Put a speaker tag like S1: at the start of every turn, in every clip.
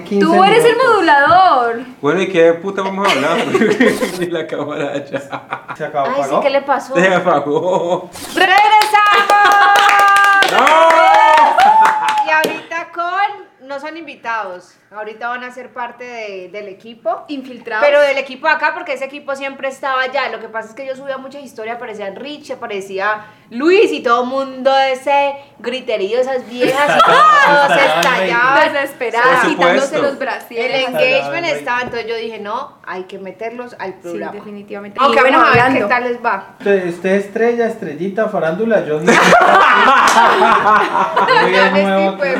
S1: Tú eres el modulador.
S2: Bueno, ¿y qué puta vamos a hablar? y la cámara ya
S3: Se acabó,
S1: Ay, sí,
S3: ¿no?
S1: ¿qué le pasó?
S2: se apagó.
S1: ¡Regresamos!
S2: ¡No!
S1: Y ahorita con. No son invitados. Ahorita van a ser parte de- del equipo.
S4: Infiltrados.
S1: Pero del equipo de acá, porque ese equipo siempre estaba allá. Lo que pasa es que yo subía muchas historias, aparecían Rich, aparecía Luis y todo el mundo ese griterío, esas viejas y todos
S3: Estallaban,
S1: estallaban.
S4: desesperadas,
S2: Por
S4: quitándose
S2: supuesto.
S4: los
S1: El
S4: brasieres.
S1: engagement
S3: Estallaban,
S1: estaba, entonces yo dije, no, hay que meterlos al
S4: Sí,
S1: programa.
S4: definitivamente.
S1: Aunque
S4: Y bueno,
S1: vamos a ver
S4: hablando.
S1: qué tal les va.
S3: Usted, usted estrella, estrellita, farándula, yo no. Voy a nuevo.
S1: pues.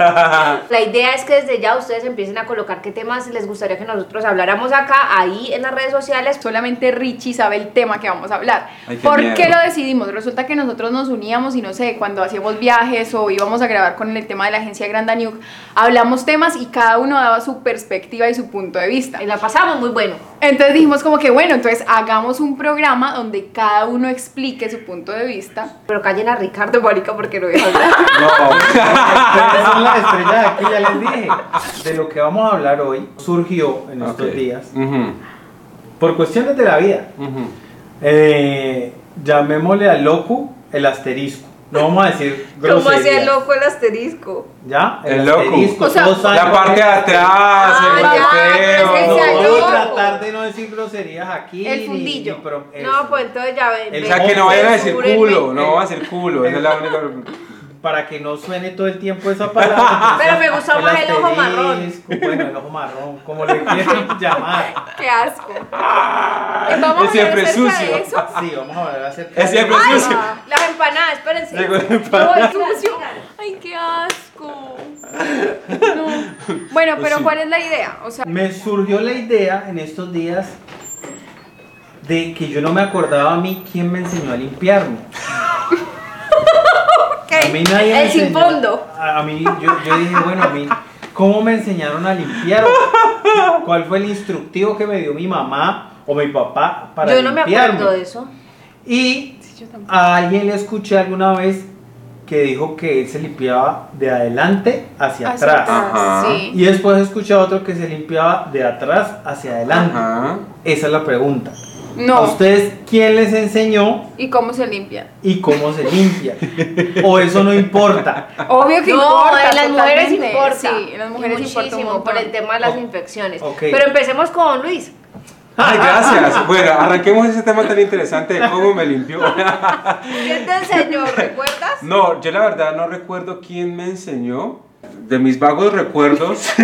S1: La idea es que desde ya ustedes empiecen a colocar qué temas les gustaría que nosotros habláramos acá, ahí en las redes sociales.
S4: solamente Richie sabe el tema que vamos a hablar.
S2: Ay, qué
S4: ¿Por
S2: miedo.
S4: qué lo decidimos? Resulta que nosotros nos uníamos y no sé, cuando hacíamos viajes o íbamos a grabar con el tema de la agencia Granda Nuke, hablamos temas y cada uno daba su perspectiva y su punto de vista.
S1: Y la pasamos muy bueno.
S4: Entonces dijimos como que bueno, entonces hagamos un programa donde cada uno explique su punto de vista.
S1: Pero callen a Ricardo, marica, porque no voy a hablar.
S3: Ustedes son la estrella de aquí, ya les dije. De lo que vamos a hablar hoy surgió en
S2: Ok.
S3: estos días,
S2: Ujú,
S3: por cuestiones de la vida,
S2: ujú.
S3: eh, llamémosle al loco el asterisco. No vamos a decir
S1: ¿Cómo hacía
S3: groserías.
S1: loco el asterisco?
S3: ¿Ya?
S2: El loco.
S3: asterisco,
S4: O sea,
S3: todos saben
S2: La
S3: cómo
S2: parte de
S3: es.
S2: atrás, el
S1: Ah, ya,
S2: boteo.
S1: pero es que sea
S3: No,
S1: loco.
S3: tratar de no decir groserías aquí.
S4: El
S3: ni-
S4: fundillo.
S3: ni pro-
S1: No,
S3: eso.
S1: pues entonces ya ven.
S3: El
S2: O
S1: ven,
S2: sea, que no vayan a decir
S1: censúrenme.
S2: culo, no va a decir culo. Esa es la única.
S3: Para que no suene todo el tiempo esa palabra.
S1: Pero me gusta más el ojo
S3: asterisco, Bueno, el ojo marrón, como le quieran llamar.
S4: ¡Qué asco! Vamos
S2: Ah, Es siempre
S4: hablar acerca
S2: sucio.
S4: de eso.
S3: Sí, vamos a hablar acerca
S2: Es siempre
S3: de-
S2: sucio.
S1: Las empanadas, espérense.
S2: Llegó la
S1: No,
S2: empanada.
S1: es sucio.
S4: ¡Ay, qué asco! No. Bueno, pero
S2: Sí.
S4: ¿cuál es la idea? O sea,
S3: Me surgió la idea en estos días de que yo no me acordaba a mí quién me enseñó a limpiarme. A mí nadie me
S1: El sin
S3: enseñó-
S1: fondo.
S3: A, a mí, yo, yo dije, bueno, a mí, ¿cómo me enseñaron a limpiar? ¿Cuál fue el instructivo que me dio mi mamá o mi papá para
S1: Yo no me
S3: limpiarme?
S1: acuerdo de eso.
S3: Y a alguien le escuché alguna vez que dijo que él se limpiaba de adelante hacia,
S4: hacia
S3: atrás.
S4: atrás,
S2: Ajá.
S4: sí.
S3: Y después escuché a otro que se limpiaba de atrás hacia adelante.
S2: Ajá.
S3: Esa es la pregunta. ¿A
S4: No.
S3: ustedes quién les enseñó
S4: ¿Y cómo se limpia?
S3: y cómo se limpia? o eso no importa.
S4: Obvio que
S1: no,
S4: importa.
S1: en las mujeres
S4: totalmente.
S1: importa.
S4: Sí, en las mujeres
S1: Y
S4: importa un
S1: muchísimo
S4: montón.
S1: por el tema de las
S3: Oh,
S1: infecciones.
S3: ok.
S1: Pero empecemos con Luis.
S3: Ah,
S2: Ay, gracias. Bueno, arranquemos ese tema tan interesante de cómo me limpió.
S4: este
S1: ¿Quién te enseñó? ¿Recuerdas?
S2: No, yo la verdad no recuerdo quién me enseñó. De mis vagos recuerdos,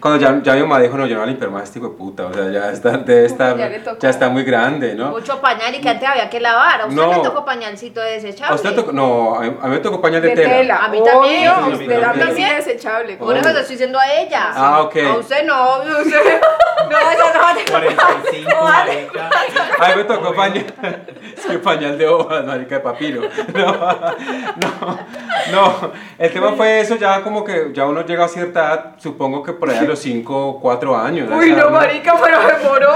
S2: cuando ya, ya mi mamá dijo, no, yo no voy a limpiar más este hijo de puta, o sea, ya está, debe estar,
S4: Ya le tocó. Pues
S2: ya está muy grande, ¿no?
S1: Mucho pañal y que antes había que lavar. A usted
S2: No.
S1: le tocó pañalcito desechable.
S2: ¿A usted tocó- no, a mí, a mí me tocó pañal de,
S4: De tela.
S1: A mí también.
S4: Obvio,
S2: Sí,
S4: usted
S2: a mí
S4: también
S1: también.
S4: es desechable.
S1: Por eso le estoy diciendo a ella.
S2: Ah, ok.
S1: A usted no, obvio, usted. No, esa no.
S3: 45, 40.
S2: A mí me tocó pañal, es que pañal de hojas, marica de papiro. No, no, no, el tema fue eso, ya como que ya uno llega a cierta edad, supongo que por allá a los 5 o 4 años.
S4: Uy,
S2: o sea,
S4: no, marica, pero me moró.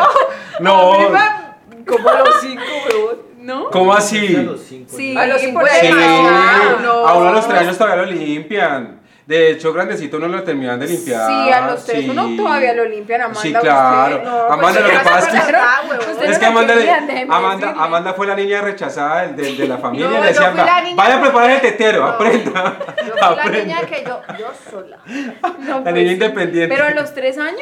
S2: No.
S4: A mí me- Como a los cinco, weón. ¿No?
S2: ¿Cómo así?
S3: A los cinco,
S4: Pues Sí,
S3: ya.
S1: A los
S4: por
S1: cincuenta.
S2: Sí,
S4: ahí,
S1: Ah,
S4: no.
S2: a uno a los tres años todavía lo limpian. De hecho, grandecito no lo terminan de limpiar.
S4: Sí, a los tres.
S2: sí.
S4: Uno todavía lo limpian, Amanda.
S2: Sí, claro.
S4: usted, no,
S2: Amanda,
S4: pues,
S2: lo que
S4: usted
S2: pasa es
S1: que-
S4: no- usted no
S2: Es que
S4: la
S2: Amanda, le-
S4: quería, déjeme
S2: Amanda, ah,
S4: decirle.
S2: Amanda fue la niña rechazada del- del- de, la familia.
S1: No,
S2: le
S1: yo
S2: decían,
S1: fui la
S2: "Va-
S1: niña-
S2: vaya a preparar el tetero,
S1: No.
S2: aprenda.
S1: Yo fui la
S2: aprenda.
S1: niña que yo, yo sola.
S4: No,
S2: La
S4: pues,
S2: niña
S4: sí.
S2: independiente.
S4: Pero a los tres años.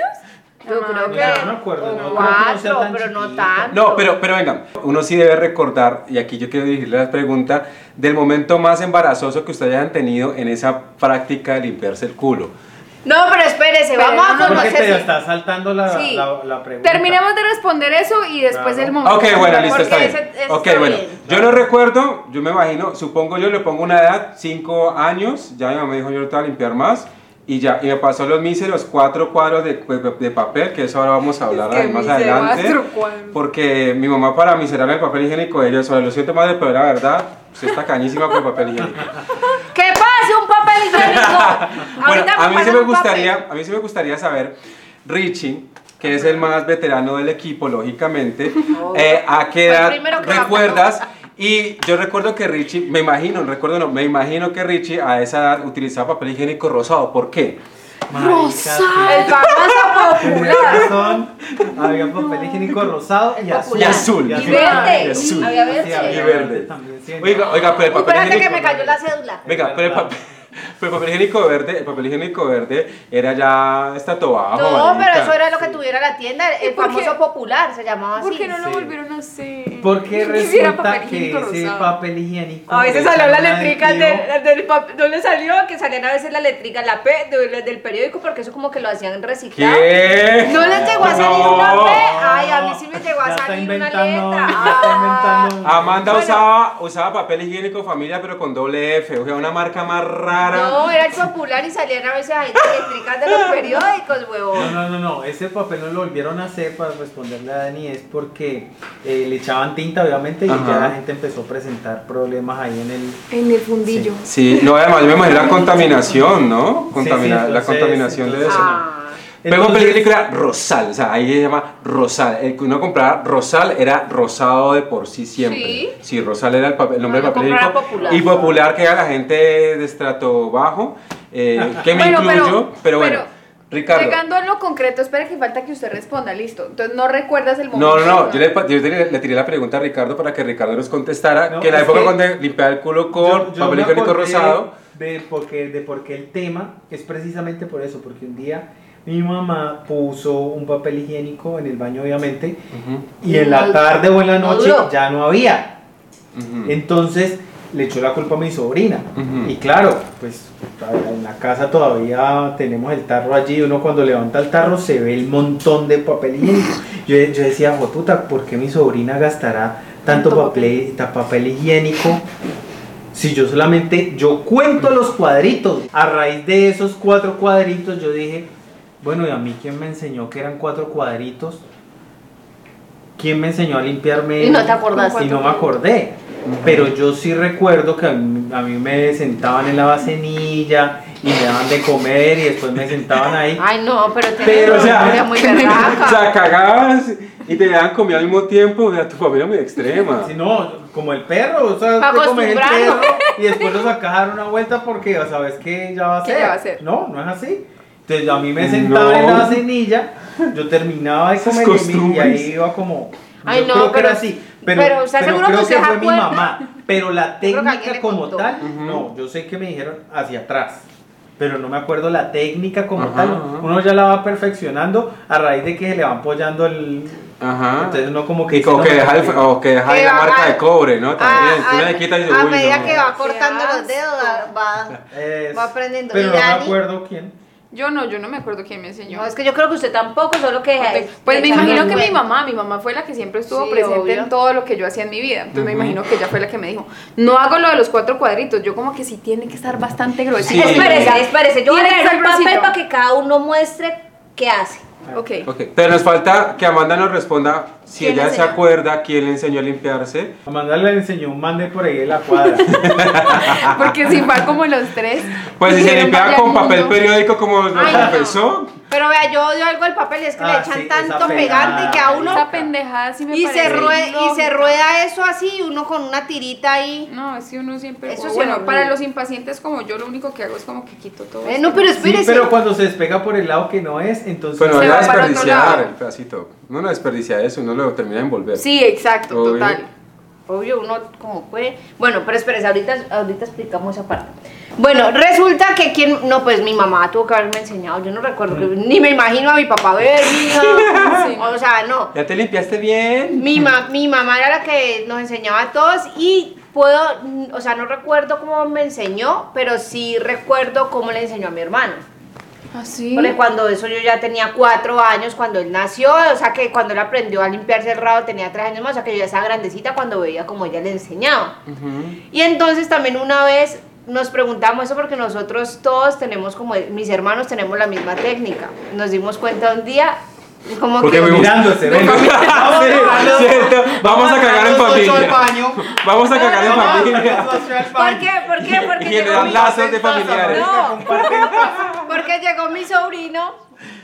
S1: Yo creo que.
S3: no me acuerdo, no, creo que
S1: o
S3: no sea
S1: Cuatro,
S3: tan
S1: pero no
S3: chiquita.
S1: tanto.
S2: No, pero, pero venga, uno sí debe recordar, y aquí yo quiero dirigirle la pregunta, del momento más embarazoso que ustedes hayan tenido en esa práctica de limpiarse el culo.
S1: No, pero espérese,
S4: Pero
S1: vamos
S4: no.
S1: a
S3: Porque te
S1: conocer.
S3: está saltando la,
S1: Sí.
S3: la, la pregunta.
S4: Terminemos de responder eso y después
S3: Claro.
S4: el momento.
S2: Ok, bueno, listo,
S1: Porque
S2: está bien.
S1: ese- ese
S2: Ok,
S1: está
S2: bueno.
S1: bien.
S2: Yo no recuerdo, yo me imagino, supongo yo le pongo una edad, 5 años, ya mi mamá me dijo yo no te voy a limpiar más, y ya, y me pasó los míseros cuatro cuadros de, pues, de- de papel, que eso ahora vamos a hablar
S4: que
S2: más
S4: mísero,
S2: adelante,
S4: cuatro cuadros.
S2: porque mi mamá para miserarme el papel higiénico, ella sobre lo siento madre, pero la verdad, usted está cañísima por el papel higiénico.
S1: Que pase un papel higiénico.
S2: Bueno,
S1: Ahorita
S2: a mí sí
S1: pasan
S2: me
S1: un
S2: gustaría, a mí sí me gustaría saber, Richie, que es el más veterano del equipo, lógicamente, eh, a qué
S1: Fue el
S2: edad
S1: primero que la
S2: recuerdas. Y yo recuerdo que Richie, me imagino, recuerdo no, me imagino que Richie a esa edad utilizaba papel higiénico rosado. ¿Por qué?
S4: Rosado.
S2: este
S3: En
S1: El famoso
S3: el
S1: popular.
S3: corazón había papel higiénico rosado y azul.
S1: Popular.
S2: Y azul.
S1: Y
S2: azul.
S1: verde.
S2: Y azul.
S1: Había
S3: Sí,
S1: verde.
S3: había
S2: Y
S3: verde
S2: verde.
S3: también, sí.
S2: Oiga, oiga, pero el
S1: Uy,
S2: papel
S1: espérate que
S2: higiénico-
S1: me cayó la cédula.
S2: Venga, pero el, papel, pero el papel higiénico verde, el papel higiénico verde era ya está
S1: No,
S2: tobajo.
S1: pero eso era lo que tuviera la tienda, el
S4: ¿Y por
S1: famoso
S4: qué?
S1: popular se llamaba así.
S4: ¿Por qué no lo
S3: Sí.
S4: volvieron a hacer?
S3: Porque
S4: Quisiera
S3: resulta
S4: papel
S3: que
S4: higiénico
S3: ese
S4: rosado.
S3: papel higiénico.
S1: A veces
S3: es
S1: salió la
S3: tan
S1: letrica
S3: adictivo.
S1: del, del pap- no le salió, que salían a veces la letrica, la P del, del periódico, porque eso como que lo hacían reciclado.
S2: ¿Qué?
S1: No les llegó a salir
S2: No.
S1: una P, ay, a mí sí me llegó
S3: Ya
S1: a
S3: está
S1: salir una
S3: inventando,
S1: letra. Ah.
S3: ya está inventando.
S2: Ah, Amanda
S1: Bueno.
S2: usaba, usaba papel higiénico familia, pero con doble F, o sea, una marca más rara.
S1: No, era el popular y salían a veces ahí las eléctricas de los periódicos,
S3: No,
S1: huevón.
S3: no, no, no, ese papel no lo volvieron a hacer para responderle a Dani, es porque eh, le echaban tinta obviamente y
S2: Ajá.
S3: ya la gente empezó a presentar problemas ahí en el...
S4: En el fundillo.
S2: Sí, no, además yo me imagino la contaminación, ¿no?
S3: Sí, sí,
S2: Contamina- la
S3: entonces,
S2: contaminación de
S3: entonces-
S2: eso.
S1: Ah.
S2: Pero el
S3: Entonces-
S2: papel higiénico era rosal, o sea, ahí se llama rosal. El que uno compraba rosal era rosado de por sí siempre.
S1: Sí.
S2: rosal era el, papel- el nombre
S1: No,
S2: del
S1: yo
S2: papel higiénico.
S1: compraba popular.
S2: Y popular que era la gente de estrato bajo, eh, que me
S4: Bueno, pero-
S2: incluyo, pero, bueno.
S4: pero,
S2: Ricardo.
S4: Llegando a lo concreto, espera que falta que usted responda, listo. Entonces no recuerdas el momento.
S2: No, no, no, yo, le, yo le- le tiré la pregunta a Ricardo para que Ricardo nos contestara
S3: No,
S2: que la
S3: es
S2: época
S3: que-
S2: cuando limpiaba el culo con
S3: Yo- yo
S2: papel
S3: me
S2: higiénico
S3: acordé
S2: rosado.
S3: De porque, de porque el tema es precisamente por eso, porque un día mi mamá puso un papel higiénico en el baño obviamente y en la
S1: No-
S3: tarde o en la
S1: no
S3: noche
S1: duró.
S3: ya no había.
S2: Ujú, ujú.
S3: Entonces le echó la culpa a mi sobrina.
S2: Mm. Ujú.
S3: Y claro, pues en la casa todavía tenemos el tarro allí. Uno cuando levanta el tarro se ve el montón de papel higiénico. Yo, yo decía, "Jo, puta, ¿por qué mi sobrina gastará tanto
S4: Tanto
S3: papel, ta- papel higiénico? Si yo solamente, yo cuento los cuadritos. A raíz de esos cuatro cuadritos, yo dije, bueno, ¿y a mí quién me enseñó que eran cuatro cuadritos? ¿Quién me enseñó a limpiarme?
S1: Y no te acordaste.
S3: Y no me acordé. Pero yo sí recuerdo que a mí, a mí me sentaban en la bacenilla y me daban de comer y después me sentaban ahí.
S1: Ay, no, pero tiene
S3: Pero,
S2: o sea,
S1: memoria muy
S2: O
S1: berraca.
S2: sea, cagabas y te daban comida al mismo tiempo, o sea, tu familia muy extrema.
S3: Si no, como el perro, o sea,
S1: Pa'
S3: te comes el
S1: acostumbrarlo.
S3: perro y después lo sacas a dar una vuelta porque o sabes que ya va a
S4: ¿Qué
S3: ser.
S4: ya va a ser?
S3: No, no es así. Entonces a mí me sentaban
S2: No.
S3: en la bacenilla, yo terminaba de
S2: Esas
S3: comer y, mi- y
S2: costumbres.
S3: ahí iba como.
S1: Ay,
S3: yo
S1: no,
S3: creo que
S1: pero-
S3: era así. Pero,
S1: pero, o sea, seguro
S3: creo
S1: que
S3: que
S1: usted se
S3: fue mi
S1: acuerda.
S3: mamá. Pero la
S1: Yo creo que alguien
S3: técnica
S1: le
S3: como
S1: contó.
S3: tal,
S2: Ujú.
S3: no, yo sé que me dijeron hacia atrás. Pero no me acuerdo la técnica como
S2: Ajá,
S3: tal.
S2: ajá.
S3: Uno ya la va perfeccionando a raíz de que se le va apoyando el.
S2: Ajá.
S3: Entonces no como que.
S2: Ah. Y como
S3: no,
S2: que
S3: no,
S2: deja, el-
S3: no.
S2: o que deja
S1: Que
S2: la
S1: va-
S2: marca de cobre, ¿no? También.
S1: A-
S2: tú
S1: a-
S2: le quitas y dices,
S1: Ah, a
S2: "Uy,
S1: medida
S2: no".
S1: que va cortando
S4: Qué
S1: los dedos,
S4: asco.
S1: va. va-
S3: Es-
S1: Va aprendiendo.
S3: Pero
S1: ¿Y
S3: no me
S1: Dani?
S3: acuerdo quién.
S4: Yo no, yo no me acuerdo quién me enseñó.
S1: No, es que yo creo que usted tampoco, solo que.
S4: Pues
S1: que
S4: me imagino que
S1: también-
S4: mi mamá, mi mamá fue la que siempre estuvo
S1: Sí,
S4: presente
S1: obvio.
S4: en todo lo que yo hacía en mi vida. Entonces me
S2: Ujú.
S4: imagino que ella fue la que me dijo, no hago lo de los cuatro cuadritos, yo como que sí tiene que estar bastante gruesito.
S2: Sí.
S1: Espérese, espérese. Yo voy a
S4: Tiene que
S1: leer
S4: ser
S1: un papel
S4: gruesito.
S1: para que cada uno muestre qué hace.
S4: Ok.
S2: Ok, pero nos falta que Amanda nos responda si
S4: ¿Quién le
S2: ella se
S4: enseñó?
S2: acuerda quién le enseñó a limpiarse.
S3: Amanda le enseñó un man de por ahí de la cuadra.
S4: Porque si va como los tres.
S2: Pues si se
S4: hicieron
S2: limpiaba
S4: varias
S2: con papel
S4: mundo.
S2: periódico como lo
S1: Ay, no.
S2: confesó.
S1: Pero vea, yo odio algo al papel y es que le
S3: Ah,
S1: echan
S3: sí, esa
S1: tanto
S3: pegada.
S1: pegante que a uno.
S4: Esa pendejada sí me
S1: Y se,
S4: parece
S1: rueda, y se
S4: ilógica.
S1: rueda eso así, uno con una tirita ahí.
S4: No, es que uno siempre.
S1: Eso sí
S4: bueno,
S1: no.
S4: para los impacientes como yo, lo único que hago es como que quito todo.
S1: Eh,
S4: esto.
S1: no, pero
S3: Sí,
S1: espérese.
S3: pero cuando se despega por el lado que no es, entonces.
S2: Pero
S4: Se
S2: no
S4: va
S2: la
S4: para otro
S2: Pues desperdiciar
S4: lado.
S2: el pedacito. No la desperdicia eso, uno lo termina de envolver.
S4: Sí, exacto,
S2: Obvio.
S4: total.
S1: Obvio, uno como puede. Bueno, pero espérese, ahorita, ahorita explicamos esa parte. Bueno, resulta que quien. No, pues mi mamá tuvo que haberme enseñado. Yo no recuerdo. que- Ni me imagino a mi papá ver, mija.
S4: Sí.
S1: O sea, no.
S2: ¿Ya te limpiaste bien?
S1: Mi, ma- mi mamá era la que nos enseñaba a todos y puedo, o sea, no recuerdo cómo me enseñó, pero sí recuerdo cómo le enseñó a mi hermano.
S4: Así.
S1: Porque cuando eso yo ya tenía cuatro años, cuando él nació, o sea que cuando él aprendió a limpiarse el rabo tenía tres años más, o sea que yo ya estaba grandecita cuando veía como ella le enseñaba.
S2: Ujú.
S1: Y entonces también una vez nos preguntamos eso porque nosotros todos tenemos como, mis hermanos tenemos la misma técnica. Nos dimos cuenta un día como
S2: Porque
S1: que...
S2: fuimos-
S3: mirándose, ven.
S2: Sí, ¿cierto? Vamos a cagar en familia. Vamos a cagar en familia.
S1: ¿Por qué? ¿Por qué? Porque
S2: Y
S1: llegó
S2: generar
S1: mi-
S2: lazos de familiares.
S1: No. Porque llegó mi sobrino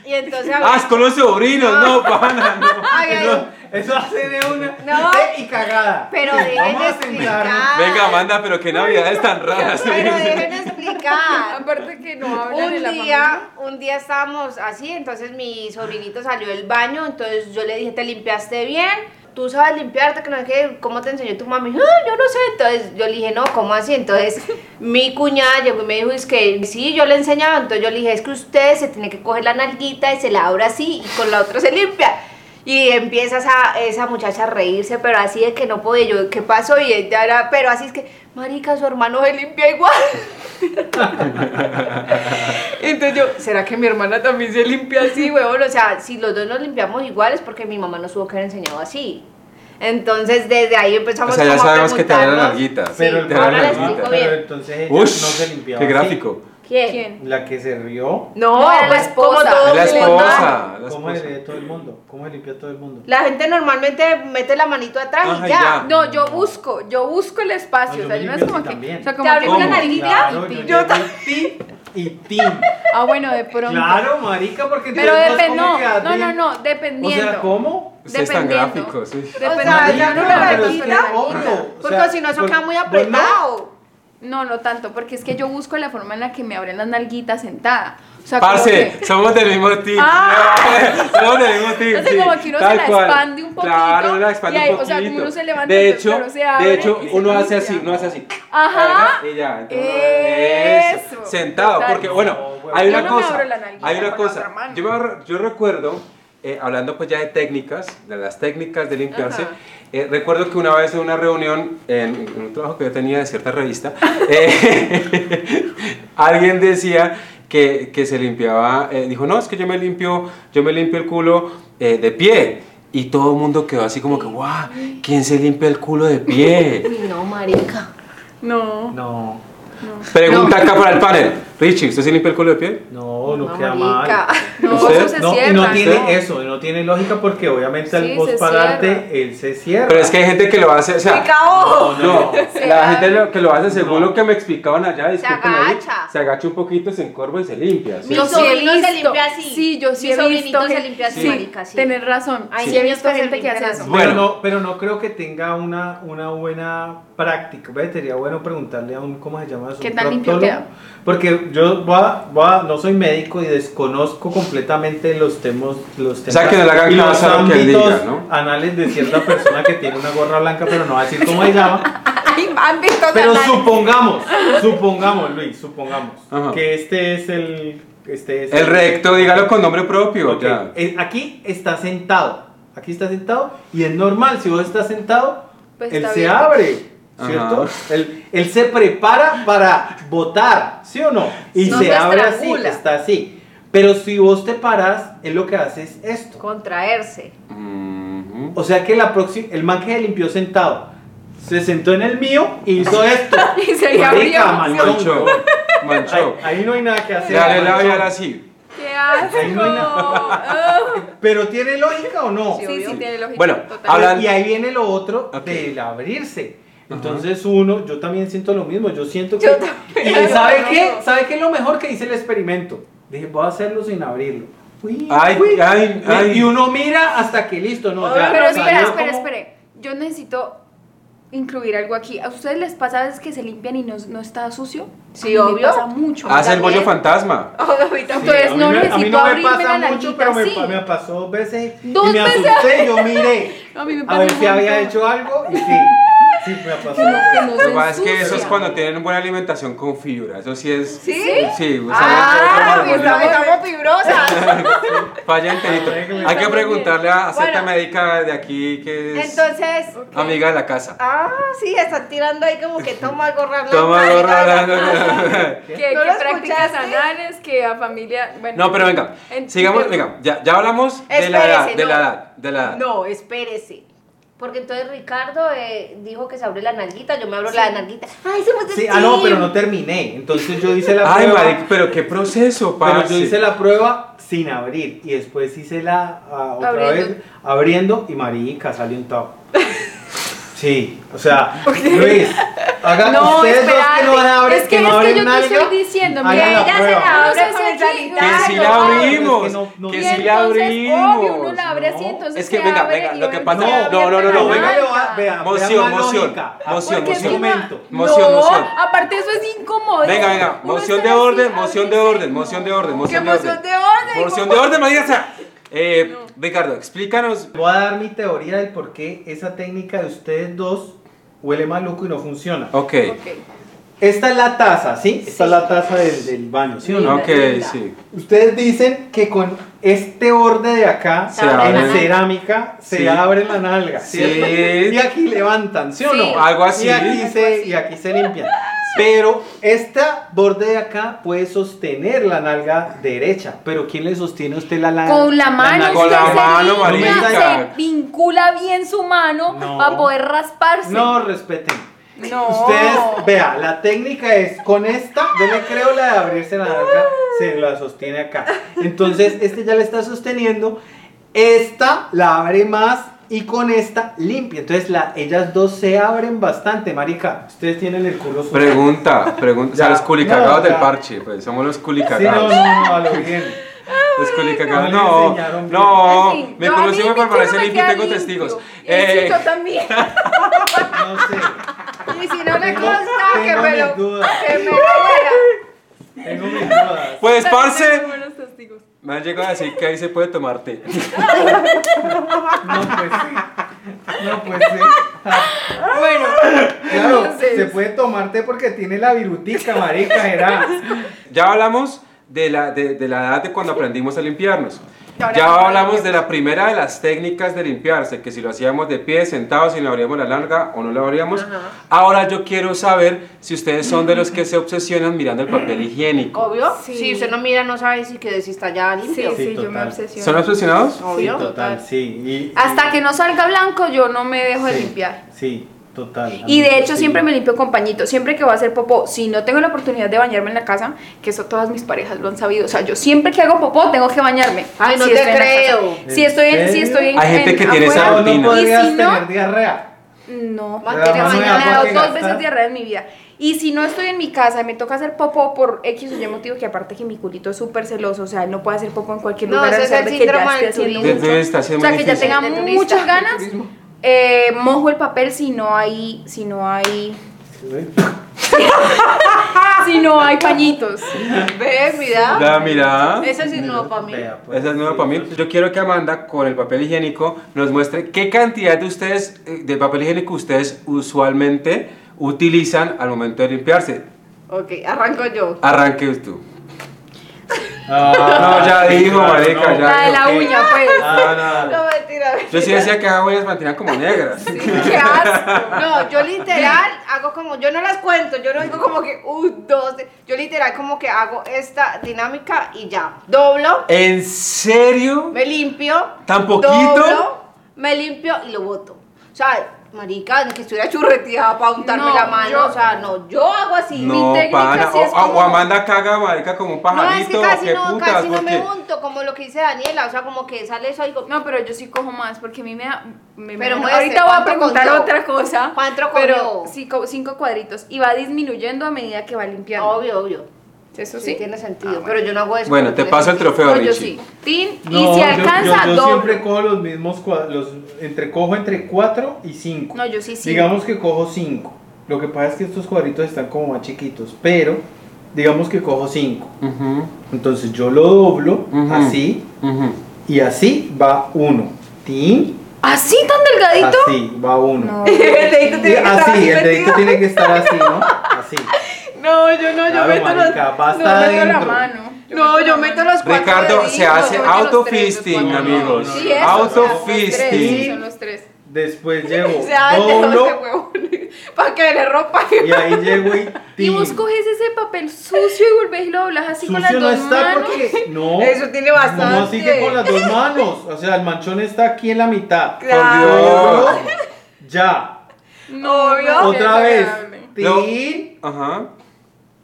S1: y entonces había,
S3: Ah,
S2: Ah, es con los sobrinos, no, pana, no.
S1: había-
S2: Eso-
S3: Eso hace de una.
S1: No.
S3: de- y cagada.
S1: Pero dejen
S3: Vamos
S1: de
S3: a sentarnos.
S1: explicar.
S2: Venga, Amanda, pero qué navidades tan raras.
S1: Pero dejen de explicar.
S4: Aparte que no hablan en
S1: Un
S4: la
S1: día, un día estábamos así, entonces mi sobrinito salió del baño, entonces yo le dije, ¿te limpiaste bien? Tú sabes limpiarte, que no sé qué, ¿cómo te enseñó tu mami? "Ah, yo no sé, entonces yo le dije, no, ¿cómo así? Entonces mi cuñada llegó y me dijo, es que sí, yo le enseñaba, entonces yo le dije, es que usted se tiene que coger la nalguita y se la abre así y con la otra se limpia. Y empieza esa, esa muchacha a reírse, pero así de que no podía, yo, ¿qué pasó? Y ella era, pero así es que, marica, su hermano se limpia igual. Entonces yo, ¿será que mi hermana también se limpia así, huevón? O sea, si los dos nos limpiamos iguales porque mi mamá nos tuvo que haber enseñado así. Entonces desde ahí empezamos
S2: O sea, ya
S1: como a
S2: sabemos que te da la
S1: preguntarnos-
S2: nalguita.
S1: Sí,
S3: Pero el
S2: te da la
S1: ahora le
S2: nalguita.
S1: explico
S3: Pero
S1: bien.
S3: entonces ella
S2: Uy,
S3: no se limpiaba.
S2: qué
S3: así.
S2: gráfico.
S1: ¿Quién?
S4: ¿Quién?
S3: La que se rió.
S1: No,
S4: No,
S1: era la
S4: la
S1: esposa.
S4: esposa.
S1: todo
S2: La
S1: el mundo.
S2: esposa. la
S3: ¿Cómo se
S2: esposa.
S3: ríe todo el mundo? ¿Cómo se limpia todo el mundo?
S1: La gente normalmente mete la manito atrás
S2: Ajá,
S1: y ya.
S2: ya.
S4: No, yo busco, yo busco el espacio.
S3: No,
S4: o sea,
S3: yo
S4: yo no
S3: me
S4: es
S3: limpio
S4: como
S3: así
S4: que.
S3: también.
S4: O sea,
S1: Te
S4: como
S1: abrí
S4: que
S1: una
S4: una
S1: nalguita.
S3: Claro,
S1: y
S3: yo
S1: ti.
S3: llego y ti y ti.
S4: Ah, bueno, de pronto.
S3: Claro, marica, porque
S4: Pero
S3: entonces vos
S4: depende.
S3: cómo
S4: No,
S3: quedas
S4: no,
S3: bien.
S4: no, no,
S3: O
S4: dependiendo.
S3: sea, ¿cómo?
S2: Ustedes tan
S4: Dependiendo.
S2: gráficos, sí.
S1: O
S4: Dependiendo.
S1: sea,
S4: Yo
S1: ya
S4: no
S1: no
S4: la
S1: la
S4: meto
S3: pero es
S4: con
S3: que,
S4: la
S3: obvio,
S4: nalguita.
S1: Porque
S3: o sea,
S1: si no, eso
S3: pues,
S1: queda muy
S3: pues no.
S1: apretado.
S4: No, no tanto, porque es que yo busco la forma en la que me abren las nalguitas sentada. O sea, como
S2: Parce,
S4: que-
S2: somos del mismo team.
S4: Ah.
S2: somos del mismo team.
S4: Entonces,
S2: sí,
S4: como que uno se
S2: tal
S4: la
S2: cual.
S4: expande un poquito,
S2: Claro, uno la expande
S4: y ahí,
S2: un
S4: o sea,
S2: poquito.
S4: como uno se levanta,
S2: de
S4: entonces,
S2: hecho,
S4: pero se abre
S2: de hecho,
S4: y se
S2: uno hace
S4: limpia.
S2: así, uno hace así.
S4: Ajá.
S2: Y ya, entonces,
S4: Eso.
S2: eso, Sentado,
S4: Total.
S2: porque bueno,
S3: No, huevón.
S2: hay
S4: Yo
S2: una
S4: no me
S2: cosa.
S4: abro la nalguita
S2: hay una
S4: con la
S2: cosa.
S4: otra mano.
S2: Yo, me re- yo recuerdo, eh, hablando pues ya de técnicas, de las técnicas de limpiarse,
S4: Ajá.
S2: eh, recuerdo que una vez en una reunión, en, en un trabajo que yo tenía de cierta revista, eh, alguien decía que, que se limpiaba, eh, dijo, no, es que yo me limpio, yo me limpio el culo eh, de pie. Y todo el mundo quedó así como que, guau, ¿quién se limpia el culo de pie?
S1: Uy, no, marica.
S4: No.
S3: No,
S2: Pregunta acá para el panel. Richie, ¿usted se limpia el culo de piel?
S3: no, no
S1: No,
S3: queda
S1: marica.
S3: mal.
S4: No,
S2: ¿Usted?
S4: eso se
S3: No,
S4: cierra.
S3: y no tiene
S4: no.
S3: eso, y no tiene lógica porque obviamente
S4: Sí,
S3: al vos
S4: se
S3: pararte,
S4: cierra.
S3: él se cierra.
S2: Pero es que hay gente que lo hace, o sea,
S1: Marica, ojo.
S2: no,
S4: Se
S2: la
S4: abre.
S2: gente lo- que lo hace según lo que me explicaban allá, disculpen ahí,
S1: agacha.
S2: se agacha un poquito, se encorva y se limpia. ¿sí?
S1: Mi
S4: Yo sí he
S1: sobrino se
S4: visto-
S1: limpia así.
S4: Sí, yo sí
S1: Mi
S4: he
S1: sobrinito
S4: visto.
S1: se
S4: gen-
S1: limpia así,
S4: sí,
S1: marica, sí.
S4: Tenés razón.
S1: Hay
S4: sí he
S1: niños
S4: visto
S1: que se
S4: gente que hace
S1: limpian
S4: eso.
S1: así.
S3: Pero,
S2: Bueno.
S3: no, pero no creo que tenga una, una buena práctica. ¿Ves? Sería bueno preguntarle a un, ¿cómo se llama eso?
S4: ¿Qué
S3: Un
S4: tan limpio
S3: proctólogo.
S4: queda?
S3: Porque yo voy a- voy a- no soy médico y desconozco completamente los temas. Los temas
S2: sea, que no le hagan
S3: y los
S2: caso a lo que él
S3: ámbitos
S2: diga, ¿no?
S3: anales de cierta persona que tiene una gorra blanca, pero no va a decir cómo se llama.
S4: Ay, han visto
S3: Pero
S4: ganar.
S3: supongamos, supongamos, Luis, supongamos
S2: Ajá.
S3: que este es el. Este es
S2: El recto, dígalo con nombre propio,
S3: Ok,
S2: ya.
S3: eh, Aquí está sentado. Aquí está sentado y es normal. Si vos estás sentado,
S4: Pues
S3: él
S4: está
S3: se
S4: bien.
S3: abre, ¿cierto? Él, él se prepara para votar, ¿sí o no? Y
S1: No
S3: se
S1: se
S3: abre así,
S1: estrangula.
S3: está así. Pero si vos te paras, él lo que hace es esto.
S1: Contraerse.
S2: Mhm.
S3: O sea que la próxima, el man que se limpió sentado, se sentó en el mío y hizo esto.
S4: Y se le
S3: Marica,
S4: abrió.
S3: manchón,
S2: Manchó,
S3: weón.
S2: manchó.
S3: Ahí, ahí no hay nada que hacer.
S2: Dale
S3: manchón.
S2: labial así.
S4: ¡Qué asco!
S3: Ahí no hay
S4: Ah.
S3: Pero ¿tiene lógica o no?
S4: Sí, sí, tiene lógica.
S2: Bueno,
S4: total.
S2: habla- Hablan-
S3: Y ahí viene lo otro
S2: Ok.
S3: del abrirse. Entonces uno, yo también siento lo mismo, yo siento que...
S4: Yo también.
S3: ¿Y
S4: Yo
S3: sabe
S4: no.
S3: qué? ¿Sabe qué es lo mejor que hice el experimento? Dije, voy a hacerlo sin abrirlo. Uy,
S2: Ay,
S3: uy.
S2: ay, ay.
S3: Y uno mira hasta que listo, ¿no?
S4: Pero
S3: ya,
S4: espera,
S3: salió
S4: espera,
S3: como-
S4: espera, Yo necesito incluir algo aquí. ¿A ustedes les pasa a veces que se limpian y no, no está sucio? A
S1: Sí,
S4: mí
S1: obvio.
S4: Me pasa mucho.
S2: Hace el bollo
S1: también.
S2: fantasma.
S3: Sí,
S4: Entonces
S3: a mí
S4: no
S3: me- a mí
S4: necesito
S3: no me
S4: abrirme
S3: pasa
S4: la
S3: mucho,
S4: nalguita
S3: pero me,
S4: así.
S3: pa- me pasó dos veces y
S4: Dos
S3: me
S4: veces.
S3: asusté, yo miré
S4: A mí me pasa
S3: a ver
S4: un
S3: si había
S4: montón.
S3: hecho algo y sí, sí me ha pasado.
S4: Que no
S2: Lo que
S4: se
S2: pasa es que eso es
S4: ensucia.
S2: cuando tienen buena alimentación con fibra. Eso sí es.
S4: ¿Sí?
S2: Sí, o sea,
S1: Ah,
S2: eso es
S1: y
S2: como-
S1: estamos, estamos fibrosas.
S4: Ah,
S2: Falla enterito.
S3: Arreglen.
S2: Hay que preguntarle a cierta
S1: Bueno.
S2: médica de aquí que es
S1: Entonces,
S2: amiga de la casa.
S1: ah, sí, están tirando ahí como que toma gorra blanca.
S2: Toma
S1: y
S2: gorra
S1: tal.
S2: blanca.
S4: Que,
S1: ¿No
S4: que
S1: lo
S4: prácticas
S1: escuchaste?
S4: anales, que a familia. Bueno,
S2: No, pero venga,
S4: En-
S2: sigamos, venga, ya, ya hablamos de la
S1: Espérese,
S2: edad, de
S1: no.
S2: la edad, de la edad.
S1: No, espérese. Porque entonces Ricardo eh, dijo que se abre la nalguita, yo me abro la nalguita. Ay, se me
S3: Sí, ah, no, pero no terminé. Entonces yo hice la
S2: Ay,
S3: prueba.
S2: maric, pero qué proceso, parce.
S3: Pero yo hice la prueba sin abrir y después hice la ah, otra
S4: Abriendo.
S3: vez abriendo y marica salió un tabo. Sí, o sea, Luis, hagan
S4: No,
S3: ustedes dos que no
S4: espérate,
S3: abren,
S4: es que
S3: no
S4: es que
S3: abren
S4: yo te
S3: nalga,
S4: estoy diciendo,
S3: hagan
S4: mira,
S3: la
S4: ella se
S3: prueba.
S4: la-
S1: Ahora
S4: Entonces,
S1: con el
S4: aquí-
S1: sanitario.
S4: Que
S2: si la
S4: no,
S2: abrimos,
S3: es que no- no-
S2: que
S4: Y
S2: si la
S4: entonces, obvio,
S2: abrimos.
S4: uno la abre así,
S3: no.
S4: entonces
S2: Es que
S4: se
S2: venga,
S4: abre
S2: venga,
S4: y
S2: lo
S4: uno
S2: que
S4: se
S2: pasa-
S4: abre
S2: no, no, no, no,
S4: la
S2: venga.
S4: nalga.
S3: Vea,
S2: Moción,
S3: vean la
S2: moción,
S3: lógica.
S2: moción,
S4: Porque es que
S2: moción.
S4: una-
S3: momento.
S2: Moción,
S4: no,
S2: moción.
S4: aparte eso es incómodo.
S2: Venga, venga,
S4: Uno
S2: moción
S4: está
S2: de
S4: así,
S2: orden,
S4: abre
S2: moción
S4: y
S2: de
S4: se-
S2: orden, moción de orden, moción de
S4: ¿Qué moción de
S2: orden.
S4: orden?
S2: Moción de orden, María. o sea, eh, Ricardo, explícanos.
S3: Voy a dar mi teoría del por qué esa técnica de ustedes dos huele maluco y no funciona.
S2: Ok,
S4: Ok.
S3: Esta es la taza, ¿sí? Esta es la taza del, del baño, ¿sí o no?
S2: ok,
S4: linda.
S2: sí.
S3: Ustedes dicen que con este borde de acá,
S2: Se
S3: en
S2: abre.
S3: cerámica, se
S2: Sí.
S3: abre la nalga.
S2: Sí.
S3: ¿cierto? Y aquí levantan, ¿sí o
S4: Sí.
S3: no?
S2: Algo así.
S3: Y aquí se, y aquí se limpian. Pero este borde de acá puede sostener la nalga derecha. Pero ¿quién le sostiene a usted la nalga?
S4: Con la mano,
S2: Con
S4: usted
S2: la
S4: se
S2: mano,
S4: limpia,
S2: marica.
S4: Se vincula bien su mano
S3: No.
S4: para poder rasparse.
S3: No, respeten.
S4: No.
S3: Ustedes, vea, la técnica es con esta, yo le creo la de abrirse la nalga, se la sostiene acá. Entonces, este ya le está sosteniendo, esta la abre más y con esta limpia. Entonces, la, ellas dos se abren bastante, marica. Ustedes tienen el culo sucio.
S2: Pregunta, pregunta. O sea,
S3: Ya.
S2: los culicagados
S3: No,
S2: del
S3: ya.
S2: parche, pues somos los
S3: Sí, no,
S2: culicagados.
S3: no, no, a lo bien.
S2: Los culicagados.
S3: No,
S2: No,
S3: le enseñaron
S2: no,
S4: En fin,
S2: me
S4: yo- a mí
S2: conocí
S4: mi
S2: para
S4: culo
S2: parecer
S4: me
S2: limpio y
S4: queda
S2: tengo
S4: limpio.
S2: testigos. Eh,
S4: Y sí, yo también.
S3: No sé,
S1: Y si no le
S3: Tengo-
S1: consta, que
S3: tengo
S1: me
S3: mis
S1: lo.
S3: dudas.
S1: Que me lo huela.
S3: tengo mis dudas.
S2: Pues, parce,
S4: Buenos testigos.
S2: me han llegado a decir que ahí se puede tomar té.
S3: No, pues sí. No, pues sí.
S1: Ah.
S4: Bueno,
S3: Claro,
S4: Entonces-
S3: se puede tomarte porque tiene la virutica, marica, Gerard.
S2: Ya hablamos de la, de, de la edad de cuando aprendimos a limpiarnos.
S4: Ahora
S2: Ya
S4: vamos a
S2: hablamos de
S4: limpiarnos.
S2: la primera de las técnicas de limpiarse, que si lo hacíamos de pie, sentados, si le abríamos la larga o no la abríamos. Ahora yo quiero saber si ustedes son de los que se obsesionan mirando el papel higiénico.
S1: Obvio.
S4: Sí.
S1: Si usted no mira, no sabe si, que, si está ya
S4: sí,
S1: limpio.
S3: Sí,
S4: sí, yo me
S3: total.
S4: obsesiono.
S2: ¿Son obsesionados?
S1: Obvio.
S3: Sí, total, sí. y-
S4: Hasta
S3: y-
S4: que no salga blanco, yo no me dejo de
S3: sí,
S4: limpiar.
S3: Sí, total.
S4: Y de
S3: amigo,
S4: hecho
S3: sí.
S4: siempre me limpio con pañito, siempre que voy a hacer popó, si no tengo la oportunidad de bañarme en la casa, que eso todas mis parejas lo han sabido, o sea, yo siempre que hago popó tengo que bañarme.
S1: Ay, no
S4: Si
S1: te
S4: estoy en la casa.
S1: creo.
S4: Si estoy en, si
S3: ¿En
S4: estoy en
S2: Hay gente
S4: en
S2: que tiene esa
S3: No, no
S4: afuera,
S2: rutina.
S3: podrías
S4: Y si no-
S3: tener diarrea.
S4: No,
S1: Más
S4: mantiene
S1: que
S4: mañana,
S1: más que
S4: dos
S3: gastar.
S4: veces diarrea en mi vida. Y si no estoy en mi casa y me toca hacer popó por X o Y motivo, que aparte que mi culito es súper celoso, o sea, no puedo hacer popó en cualquier
S1: No,
S4: lugar.
S1: ese
S4: a
S1: es
S4: pesar
S1: el
S4: de que
S1: síndrome
S4: ya esté
S1: del
S4: haciendo
S1: turista.
S4: mucho.
S2: Del turista, sí, es
S4: O sea,
S2: muy
S4: que ya
S2: difícil.
S4: tenga
S1: Del turista,
S4: muchas
S1: del
S4: ganas.
S1: turismo.
S4: eh, mojo el papel si no hay, si no hay, si no hay pañitos.
S1: Ve, mira.
S2: La mirada.
S4: Eh.
S1: Eso sí es nuevo para mí.
S3: Vea, pues,
S2: Esa es nueva
S3: sí.
S2: para mí. Yo quiero que Amanda, con el papel higiénico, nos muestre qué cantidad de ustedes, eh, del papel higiénico ustedes usualmente utilizan al momento de limpiarse.
S1: Ok, arranco yo.
S2: Arranque tú.
S3: Ah,
S2: No, ya
S3: sí,
S2: dijo,
S3: claro,
S2: marica,
S3: no.
S2: ya.
S4: La de la
S2: ok.
S4: uña, pues.
S3: Ah, no.
S1: No, mentira.
S2: Yo sí decía que esas huellas mantenían como negras.
S4: Qué asco.
S1: No, yo literal hago como, yo no las cuento, yo no digo como que, uh, dos, tres. yo literal como que hago esta dinámica y ya, doblo,
S2: ¿En serio?
S1: me limpio,
S2: ¿Tan poquito?
S1: doblo, me limpio y lo boto. O sea, marica, ni que estuviera churreteada para untarme
S4: No,
S1: la mano,
S4: yo-
S1: o sea, no, yo hago así.
S2: No,
S4: técnica
S2: pana.
S4: sí
S2: O,
S4: es como-
S2: o Amanda caga, marica, como un
S1: No, es que
S2: pajarito.
S1: casi
S2: qué
S1: no,
S2: putas,
S1: casi no me
S2: porque-
S1: unto, como lo que dice Daniela, o sea, como que sale eso y digo,
S4: No, pero yo sí cojo más porque a mí me da. me- me-
S1: Pero
S4: me-
S1: muévese,
S4: ahorita voy a
S1: ¿cuánto
S4: preguntar
S1: comió?
S4: otra cosa.
S1: ¿Cuánto
S4: Pero
S1: comió?
S4: cinco, cinco cuadritos y va disminuyendo a medida que va limpiando.
S1: obvio, obvio.
S4: Eso
S1: Sí,
S4: sí.
S1: tiene sentido, pero yo no hago eso.
S2: Ah, Bueno,
S1: porque
S2: te
S1: no
S2: paso el
S1: tiene
S2: trofeo,
S4: No, yo
S2: Richie.
S4: sí. Tin,
S3: No,
S4: y si
S3: yo-
S4: alcanza,
S3: yo, yo,
S4: doble.
S3: siempre cojo los mismos cua- los entre cojo entre 4 y 5.
S4: No, yo sí, sí.
S3: Digamos que cojo 5. Lo que pasa es que estos cuadritos están como más chiquitos, pero digamos que cojo 5.
S2: Ujú,
S3: Entonces yo lo doblo
S2: Ujú.
S3: así
S2: ujú.
S3: y así va uno. Tin,
S4: ¿Así tan delgadito?
S3: Así, va uno.
S4: No.
S1: El dedito
S3: Y
S1: tiene
S2: Ah,
S1: que estar
S3: así, el
S1: metido.
S3: dedito tiene que estar así, ¿no? Así.
S1: No, yo no, yo
S3: Claro,
S1: meto
S3: marica,
S1: los.
S3: basta
S4: no, yo meto la
S3: adentro.
S4: mano.
S1: No, yo meto los cuatro.
S2: Ricardo se
S1: deditos,
S2: hace
S1: yo
S4: los auto- tres, los
S2: autofisting,
S4: cuatro.
S2: amigos.
S3: No, no,
S4: Sí, eso.
S2: Autofisting.
S4: Son los tres. esos
S3: Después llevo
S1: Se hace
S3: doblo
S1: doce huevones para que le ropa.
S3: y ahí llego y
S4: Son los tres. Y vos coges ese papel sucio y volvés y lo doblas así con las
S3: Sucio
S4: dos
S3: no está
S4: manos.
S3: porque no.
S1: Eso tiene
S3: No, así que
S1: bastante.
S3: con las dos manos. O sea, el manchón está aquí en la mitad.
S2: Claro.
S3: Doblo, Ya.
S4: No,
S1: Obvio.
S4: no, qué
S3: Otra vez.
S4: desagradable.
S2: Lo-
S3: Tin.
S2: Ajá.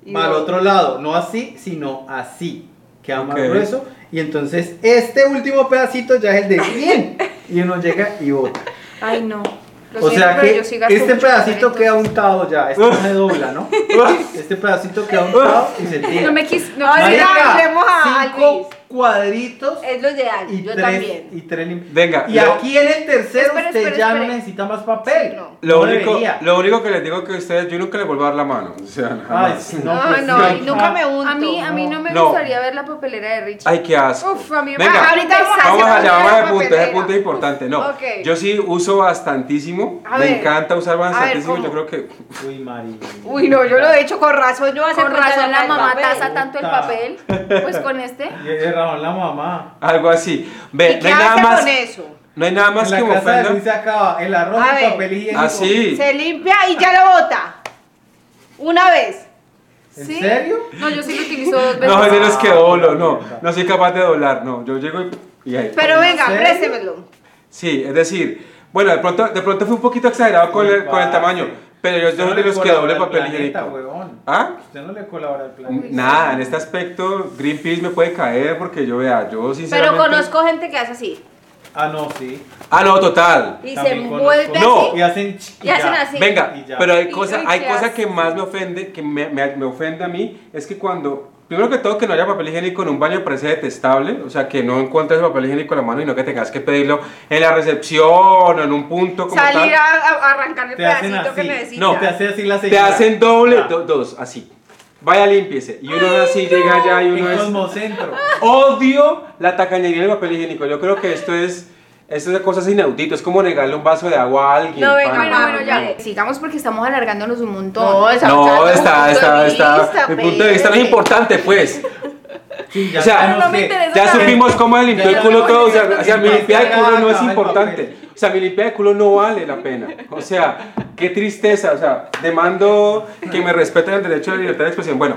S1: Y
S3: al
S1: no.
S3: otro lado, no así, sino así, queda
S2: Ok.
S3: más grueso. Y entonces este último pedacito ya es el de bien. Y uno llega y bota.
S4: Ay, no.
S1: Lo
S3: O
S1: siento,
S3: sea
S1: pero
S3: que
S1: yo sí gasto
S3: este
S1: mucho
S3: pedacito
S1: cuadritos.
S3: queda untado ya, este no se dobla, ¿no? Este pedacito queda untado y se tira.
S4: No me quis. No,
S1: Ahora
S4: mira,
S1: ya volvemos a Luis.
S3: cinco cuadritos
S1: Es lo ideal,
S3: y
S1: yo
S3: tres,
S1: también.
S3: y tres lim-
S2: Venga,
S3: Y
S2: lo-
S3: aquí en el tercero
S1: Espere,
S3: usted
S1: espere,
S3: ya
S1: espere.
S3: no necesita más papel.
S1: Sí, no.
S2: Lo único,
S3: debería.
S2: lo único que les digo es que ustedes, yo nunca les vuelvo a dar la mano. O sea,
S3: Ay,
S2: jamás.
S3: sí, no,
S1: No, no,
S3: pues,
S1: y nunca me unto.
S4: a mí, a mí no me
S2: No.
S4: gustaría ver la papelera de Richie.
S2: Ay, qué asco.
S4: Uf, a mí me
S2: Venga,
S4: pasa-
S1: Ah, ahorita vamos a
S2: vamos
S1: hacer
S2: allá,
S1: una
S2: vamos al punto, ese
S1: papelera.
S2: punto es importante. No,
S1: Ok.
S2: yo sí uso bastantísimo,
S1: A
S2: me
S1: ver.
S2: encanta usar
S1: ver,
S2: bastantísimo,
S1: ¿cómo?
S2: yo creo que...
S3: Uy, Mari.
S1: Uy, no, yo lo he hecho con razón. Yo hace
S4: Con
S1: cuenta
S4: razón la
S1: del
S4: mamá
S1: papel.
S4: taza tanto el
S3: Puta.
S4: papel. Pues con este.
S3: Y es de Eh, Ramón la mamá.
S2: Algo así. Ve,
S1: ¿Y
S2: no
S1: qué
S2: hay nada
S1: hace
S2: más,
S1: con eso?
S2: no hay nada más
S3: En la
S2: que me
S3: casa de
S2: ofenda. Ah,
S3: Luis se acaba el arroz
S1: A
S3: y
S1: ver.
S3: papel higiénico.
S2: Así.
S1: Se limpia y ya lo bota. Una vez.
S3: ¿En
S4: Sí.
S3: serio?
S4: No, yo sí lo utilizo dos veces.
S2: No, soy de los que
S3: Ah,
S2: doblo, no,
S3: mierda.
S2: no soy capaz de doblar, no, yo llego y... y ahí.
S1: Pero
S3: ¿En
S1: venga,
S3: serio?
S1: préstemelo.
S2: Sí, es decir, bueno, de pronto, de pronto fue un poquito exagerado con el, con el tamaño, pero yo soy
S3: Usted no
S2: de
S3: le
S2: los que
S3: colabora
S2: doble
S3: al
S2: papel
S3: planeta,
S2: higiénico.
S3: huevón.
S2: ¿Ah?
S3: Usted no le colabora al planeta.
S2: Nada, en este aspecto Greenpeace me puede caer porque yo vea, yo sinceramente...
S1: Pero conozco gente que hace así.
S3: Ah, no, sí.
S2: Ah, no, total.
S1: Y
S3: También
S1: se
S3: conozco.
S1: vuelve
S2: No.
S1: así.
S3: Y hacen... ch-
S1: Y hacen
S3: ya.
S1: así.
S2: Venga,
S3: Ah, Y ya.
S2: pero hay
S4: Y
S2: cosas
S4: tú, ¿y
S2: hay
S4: qué
S2: cosa
S4: haces?
S2: que más me ofende, que me, me- me ofende a mí, es que cuando, primero que todo, que no haya papel higiénico en un baño me parece detestable, o sea, que no encuentres papel higiénico en la mano y no que tengas que pedirlo en la recepción o en un punto como tal.
S1: Salir a, a- a arrancar el
S3: Te hacen
S1: pedacito que
S3: así.
S1: necesitas.
S2: No,
S3: Te Ah. hacen así la
S2: Te
S3: señora.
S2: hacen doble,
S3: Ya.
S2: do- dos, así. Vaya, límpiese. Y uno así llega allá y uno
S3: En
S2: es...
S3: Cosmocentro.
S2: Odio la tacañería del papel higiénico. Yo creo que esto es... Esto es de cosas inauditas, es como negarle un vaso de agua a alguien.
S1: No, venga,
S2: pana.
S4: Bueno, bueno, ya.
S1: Mire.
S4: Sigamos porque estamos alargándonos un montón.
S1: No, esa
S2: No,
S1: muchacha,
S2: está, está,
S1: punto de
S2: está.
S1: vista,
S2: Mi punto de vista no es
S1: pere.
S2: importante, pues.
S3: Sí, ya
S2: O sea,
S3: sabemos
S4: No me
S3: que-
S4: interesa.
S2: Ya supimos cómo le limpió el culo todo. O sea, o sea, mi limpiada de culo no es
S3: Acaba el
S2: importante. O sea, mi limpiada de culo no vale la pena. O sea, qué tristeza. O sea, demando que me respeten el derecho a la libertad de expresión. Bueno,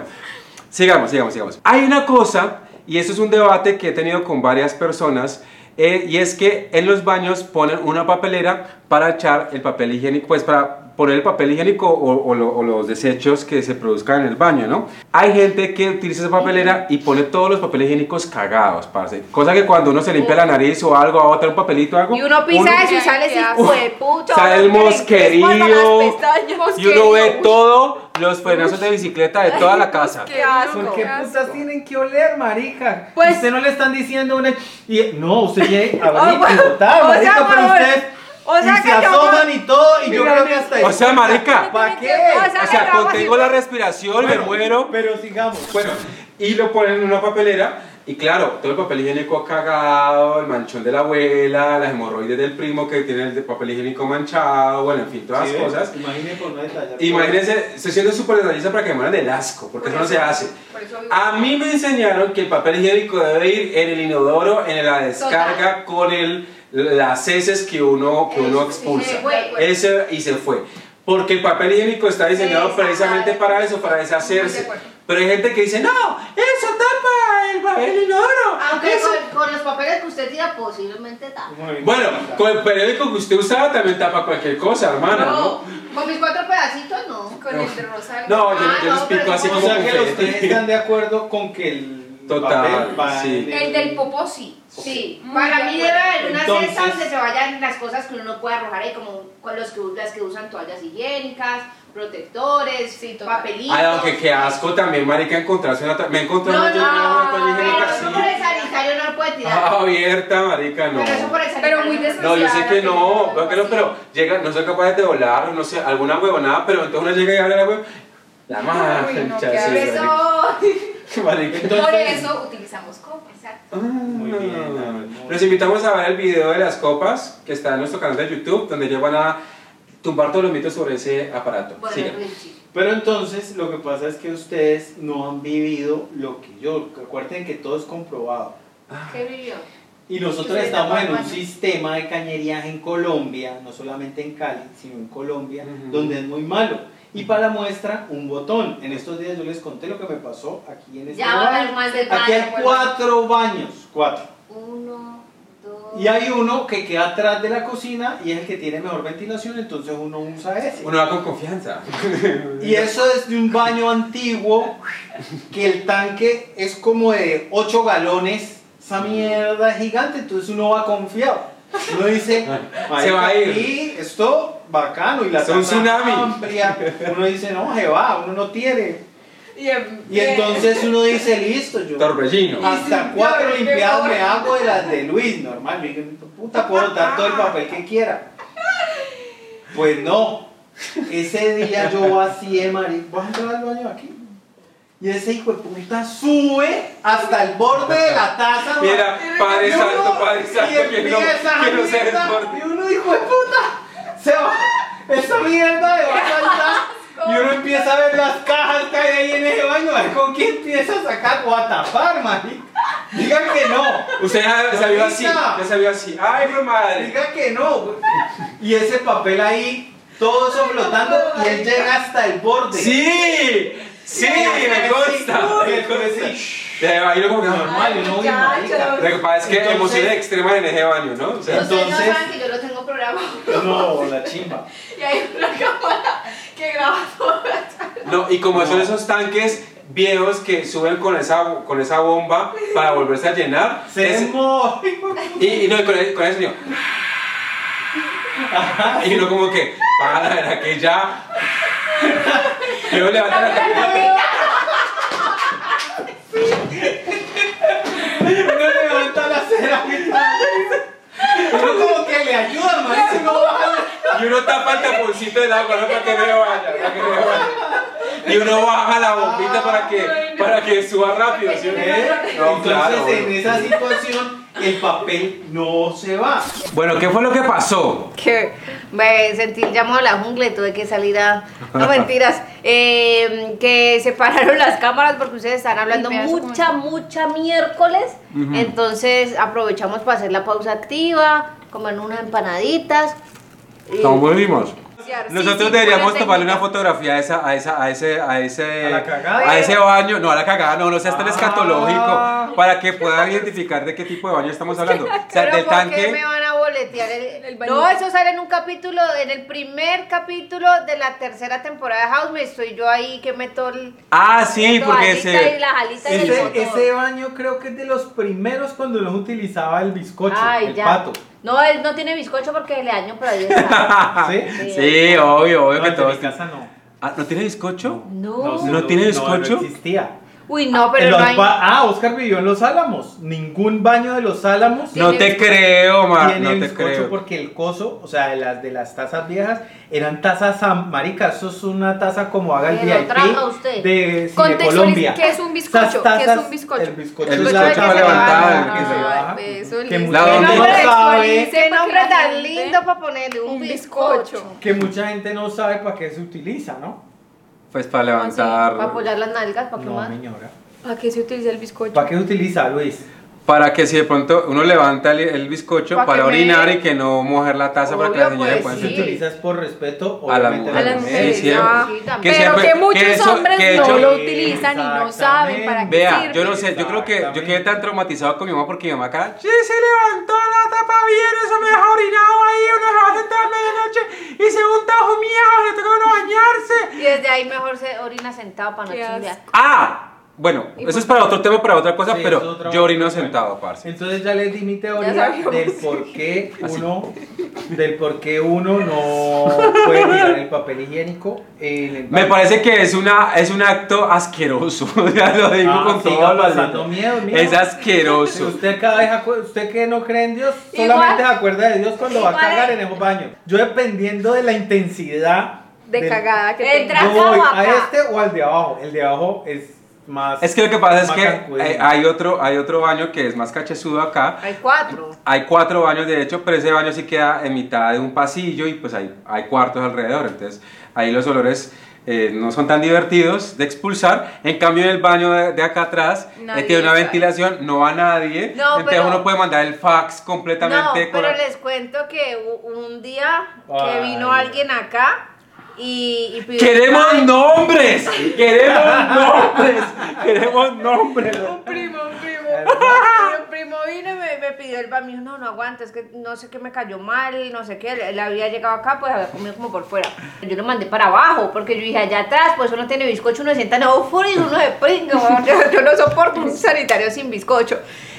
S2: sigamos, sigamos, sigamos. Hay una cosa, y eso es un debate que he tenido con varias personas. eh, y es que en los baños ponen una papelera para echar el papel higiénico, pues para poner el papel higiénico o, o lo- o los desechos que se produzcan en el baño, ¿no? Hay gente que utiliza esa papelera y pone todos los papeles higiénicos cagados, parce. Cosa que cuando uno se limpia la nariz o algo, bota un papelito o algo.
S1: Y uno pisa eso y
S4: Ay,
S1: sale
S4: qué
S1: así,
S4: asco.
S1: huepucho.
S2: Sale el mosquerío. Y uno ve
S1: todo.
S2: todo, los frenazos de bicicleta de toda la casa.
S1: Qué asco.
S3: ¿Por qué putas tienen que oler, marica?
S1: Pues-
S3: Usted no le están diciendo una. Y, no, usted llega a
S1: Oh,
S3: abrir y
S1: bueno.
S3: botar,
S1: O
S3: marica,
S1: sea,
S3: pero
S1: huevón.
S3: ustedes.
S1: O sea
S3: y
S1: que
S3: se
S1: yo-
S3: asoman y todo, y yo
S1: Mira,
S3: creo que hasta ahí.
S2: O sea, marica.
S3: ¿Para qué?
S1: O sea,
S2: O sea,
S1: Vamos,
S2: contengo
S1: sí.
S2: la respiración, me muero.
S3: Pero sigamos.
S2: Bueno, y lo ponen en una papelera y claro, todo el papel higiénico cagado, el manchón de la abuela, las hemorroides del primo que tiene el de papel higiénico manchado, bueno, en fin, todas
S3: Sí, ¿eh?
S2: las cosas.
S3: Imagínese por no detallar.
S2: Imagínense, se siente súper detallista para que mueran del asco, porque eso no se hace.
S4: Por eso digo-
S2: A mí me enseñaron que el papel higiénico debe ir en el inodoro, en la descarga, con el, las heces que uno, que uno
S4: Eso, eh,
S2: expulsa.
S1: Eh,
S4: sí, güey, güey.
S2: Eso y se fue. Porque el papel higiénico está diseñado
S4: Exacto.
S2: precisamente para eso, para
S4: Muy de
S2: deshacerse.
S4: acuerdo.
S2: Pero hay gente que dice, no, eso tapa el papel inodoro. eso-".
S5: con, con los papeles que usted tira posiblemente tal.
S2: Bueno, con el periódico que usted usaba también tapa cualquier cosa, hermana, ¿no?
S5: Con mis cuatro pedacitos no.
S4: Con el de Rosario.
S2: No, yo,
S5: Ah,
S2: yo les
S5: no, pero
S2: pico así
S3: O
S2: como
S3: sea que
S2: confeti.
S3: ustedes están de acuerdo con que el.
S2: Total,
S3: papel va
S2: sí.
S3: en
S4: El del popó sí.
S1: Sí,
S4: Muy
S1: para
S4: de
S1: mí debe
S4: acuerdo.
S1: haber una
S3: Entonces-
S1: cesta donde se vayan las cosas que uno no puede arrojar, ahí, como con los que, las que usan toallas higiénicas, protectores,
S4: Sí, total.
S1: papelitos.
S2: Ay, aunque Ah, qué asco también, marica, encontrarse una... ta- Me
S1: No,
S2: encontré
S1: no,
S2: una llenada de
S1: no,
S2: papel higiénico
S1: pero eso por
S2: así.
S1: el sanitario no lo puede tirar.
S2: Ah, abierta, marica, no.
S1: Pero eso por el sanitario.
S4: Pero muy
S1: no.
S4: desesperado.
S2: No, yo sé que no,
S4: Así.
S2: creo que no, pero llega, no soy capaz de volar, no sé, alguna huevonada, pero entonces uno llega y abre la huev... La madre,
S4: Uy, no,
S2: ya
S4: qué
S2: sé,
S1: Por eso-
S2: marica. Marica.
S4: Por
S3: Entonces-
S4: eso utilizamos copas. Exacto.
S2: Ah,
S3: Muy bien, Ana, muy
S2: Los invitamos a ver el video de las copas que está en nuestro canal de YouTube, donde ellos van a tumbar todos los mitos sobre ese aparato.
S1: Bueno,
S2: Sigan.
S1: Richie.
S3: Pero entonces lo que pasa es que ustedes no han vivido lo que yo. Recuerden que todo es comprobado.
S2: Ah.
S1: ¿Qué vivió?
S3: Y
S4: Yo
S3: nosotros
S4: soy
S3: estamos
S4: la
S3: en
S4: mamá.
S3: un sistema de cañerías en Colombia, no solamente en Cali, sino en Colombia,
S2: Ujú.
S3: donde es muy malo. Y para muestra, un botón. En estos días yo les conté lo que me pasó aquí en este
S5: Ya va a hablar
S3: baño.
S5: más del
S3: Aquí
S5: baño.
S3: hay
S5: pues.
S3: cuatro baños, cuatro.
S5: Uno, dos.
S3: Y hay uno que queda atrás de la cocina y es el que tiene mejor ventilación, entonces uno usa ese.
S2: Uno va con confianza.
S3: Y eso es de un baño antiguo que el tanque
S2: Mm.
S3: es como de 8 galones. Esa mierda es gigante, entonces uno va confiado.
S6: Uno dice,
S2: Se va a ir.
S6: aquí, esto bacano y la
S2: Es un
S6: tabla
S2: tsunami.
S6: amplia. Uno dice, no, se va, uno no tiene.
S1: Y, en-
S6: Y entonces uno dice, listo, yo
S2: Torbellino.
S6: hasta cuatro limpiadas me hago de las de Luis, normal. Yo digo, puta, puedo dar todo el papel que quiera. Pues no. Ese día yo vacié, marico. ¿Vas a entrar al baño aquí? Y ese hijo de puta sube hasta el borde de la taza.
S2: Mira, Padre
S6: Y uno-
S2: Santo, Padre
S6: y
S2: Santo, que no,
S6: empieza
S2: que no se
S6: mierda,
S2: desborde.
S6: Y uno, hijo de puta, se va. Esa mierda de va a saltar. Y uno empieza a ver las cajas que hay ahí en ese baño. a ver ¿Con qué empieza a sacar o a tapar, marica? Diga que no.
S2: Usted ya se vio así,
S6: Ahorita.
S2: ya se vio así. ¡Ay, mi madre!
S6: Diga que no. güey. Y ese papel ahí, todo eso flotando. Y él llega hasta el borde.
S2: ¡Sí! ¡Sí! ¡Me consta!
S6: Y
S2: ¡Me
S6: el
S2: consta!
S6: juez sí,
S2: Te bailo como que normal.
S6: normal, yo no vi, marica.
S2: Lo que pasa es que
S6: Entonces-
S2: emociones extremas en ese baño, ¿no? O sea,
S5: Ustedes no
S6: Entonces-
S5: saben que yo lo tengo programado.
S6: No, la chimba.
S4: Y hay una cámara que graba todo.
S2: no, y como son esos tanques viejos que suben con esa, con esa bomba para volverse a llenar,
S6: Se
S2: es-
S6: mo-
S2: y, y no, y con, el- con ese sonido. Y uno como que, para, era que ya. Y luego levanta la
S6: Uno levanta la cera. Uno como que le ayuda, marica. No baja.
S2: Y uno tapa el taponcito del agua ¿no? para que no se vaya, para que no se vaya. Y uno baja la bombita para que, para que suba rápido, ¿sí o no?
S6: ¿Eh?
S2: No,
S6: Entonces
S2: claro.
S6: en esa situación el papel no se va.
S2: Bueno, ¿qué fue lo que pasó?
S1: que me sentí el llamado a la jungla y tuve que salir a... No, mentiras. Eh, que separaron las cámaras porque ustedes están hablando
S4: me hace
S1: mucha, mucha miércoles. Entonces aprovechamos para hacer la pausa activa, comer unas empanaditas. y-
S2: volvimos?
S1: Sí,
S2: Nosotros
S1: sí,
S2: deberíamos
S1: buena
S2: tomarle una
S1: técnica.
S2: fotografía a esa, a esa, a ese, a ese,
S6: ¿A la cagada?
S2: a ese baño, no a la cagada, no, no seas tan
S6: Ah.
S2: escatológico, para que puedan identificar de qué tipo de baño estamos hablando. O sea,
S1: Pero
S2: del
S1: ¿por qué
S2: tanque.
S1: me van a boletear el,
S4: El bañito.
S1: No, eso sale en un capítulo, en el primer capítulo de la tercera temporada de House, me estoy yo ahí que meto el...
S2: Ah, sí,
S1: meto
S2: porque
S1: alita
S2: se.
S1: y las alitas y el
S2: sí,
S3: Ese,
S1: botón.
S3: ese baño creo que es de los primeros cuando los utilizaba el bizcocho,
S1: Ay,
S3: el
S1: ya.
S3: pato.
S1: No, él no tiene bizcocho porque le daño por ahí. está.
S3: ¿Sí?
S2: Sí, obvio, obvio
S3: No,
S2: que
S3: el de
S2: todos.
S3: mi casa no.
S2: Ah, ¿No tiene bizcocho?
S1: No.
S2: ¿No tiene
S3: No,
S2: bizcocho?
S3: existía.
S1: Uy, no,
S3: En
S1: pero no
S3: los
S1: hay.
S3: ba- Ah, Oscar vivió en Los Álamos. Ningún baño de Los Álamos
S1: Sí.
S2: No
S1: Tiene
S2: te
S1: bizcocho.
S2: creo, ma,
S3: tiene
S2: no te
S3: bizcocho
S2: creo.
S3: porque el coso, o sea, de las de las tazas viejas, eran tazas am- marica, eso es una taza como haga el
S1: Me lo
S3: VIP
S1: traga usted.
S3: de, sí, de
S4: Contextualice,
S3: Colombia.
S4: ¿qué es un bizcocho?
S3: Esas
S4: ¿Qué es un
S3: tazas-
S4: bizcocho?
S3: El bizcocho,
S2: El
S3: es
S2: bizcocho
S3: la que
S2: para
S3: se
S2: levantar,
S3: baja,
S2: que
S3: que
S2: se
S3: se
S2: baja.
S3: baja.
S4: Ah, pues, Eso,
S3: Que
S4: listo.
S3: mucha
S2: La
S3: gente
S2: dona.
S3: no
S1: Hombre,
S3: sabe,
S1: Qué nombre
S4: Porque la
S1: tan
S4: gente-
S1: lindo para ponerle un,
S4: Un
S1: bizcocho.
S4: bizcocho.
S3: que mucha gente no sabe para qué se utiliza, ¿no?
S2: Pues para
S4: ¿Cómo así?
S1: Para
S2: levantar.
S1: apoyar las nalgas, para qué
S3: No,
S1: más.
S3: señora.
S4: ¿Para qué se utiliza el bizcocho?
S3: ¿Para qué se utiliza, Luis?
S2: Para que si de pronto uno levanta el, el bizcocho
S4: Pa'
S2: para
S4: que me-
S2: orinar y que no mojar la taza para que
S1: Obvio,
S2: las niñas
S1: pues,
S2: puedan
S3: Se
S1: sí.
S2: sentir.
S3: utiliza es por respeto,
S2: A las
S3: obviamente,
S2: mujeres.
S4: A las mujeres,
S2: sí,
S4: ah,
S1: sí, también.
S4: Pero
S2: siempre-
S4: que muchos
S2: que eso-
S4: hombres
S2: que
S4: no
S2: hecho-
S4: lo utilizan y no saben para qué
S2: Vea,
S4: sirve.
S2: yo no sé, yo creo que yo quedé
S3: Exactamente.
S2: tan traumatizado con mi mamá porque mi mamá acá, sí, se levantó la tapa bien, eso me deja orinado ahí, uno se va a sentar a medianoche y se unta ojo miedo, le toca a uno bañarse.
S1: Y desde ahí mejor se orina sentado para no
S4: Qué
S1: chimbear.
S2: Ah, bueno,
S4: ¿Y
S2: eso
S4: por
S2: es para otro tema, para otra cosa,
S3: Sí, eso es
S2: pero
S3: otra
S2: yo orino
S3: cosa.
S2: sentado, parce.
S3: Entonces ya les di mi
S4: Ya
S3: teoría
S4: sabíamos.
S3: del por qué uno del por qué uno no puede tirar el papel higiénico en el
S2: Me
S3: baño.
S2: parece que es una es un acto asqueroso, ya lo digo
S3: Ah,
S2: con
S3: siga
S2: todo lo
S3: pasando miedo, mira.
S2: Es
S3: Si
S2: asqueroso.
S3: usted cada vez acu- usted que no cree en Dios,
S1: Igual-
S3: solamente se acuerda de Dios cuando va a
S1: igual
S3: cagar
S1: es-
S3: en el baño. Yo dependiendo de la intensidad
S4: De
S3: del-
S4: cagada que tenga.
S1: Entra-
S3: yo
S1: Acá o
S3: voy a
S1: acá.
S3: este o al de abajo. El de abajo es más
S2: Es que lo que pasa es que
S3: Macacudo.
S2: eh, hay otro hay otro baño que es más cachezudo acá.
S1: Hay cuatro.
S2: Hay cuatro baños de hecho, pero ese baño sí queda en mitad de un pasillo y pues hay, hay cuartos alrededor. Entonces ahí los olores eh, no son tan divertidos de expulsar. En cambio en el baño de, de acá atrás eh,
S4: Nadie
S2: tiene una
S4: sabe.
S2: ventilación, no va nadie.
S1: No,
S2: entonces
S1: pero-
S2: uno puede mandar el fax
S1: No,
S2: completamente. con
S1: pero
S2: la-
S1: les cuento que u- un día que
S3: Ay.
S1: vino alguien acá y, y pidió.
S2: ¡Queremos nombres! ¡Queremos nombres! ¡Queremos nombres!
S1: Un primo, un primo. un primo vino y me, me pidió el baño. No, no aguanto, es que no sé qué me cayó mal, no sé qué. Él había llegado acá, pues había comido como por fuera. Yo lo mandé para abajo, porque yo dije, allá atrás, pues uno tiene bizcocho, uno se sienta en y uno se pringa. weón. Yo, yo no soporto un sanitario sin bizcocho.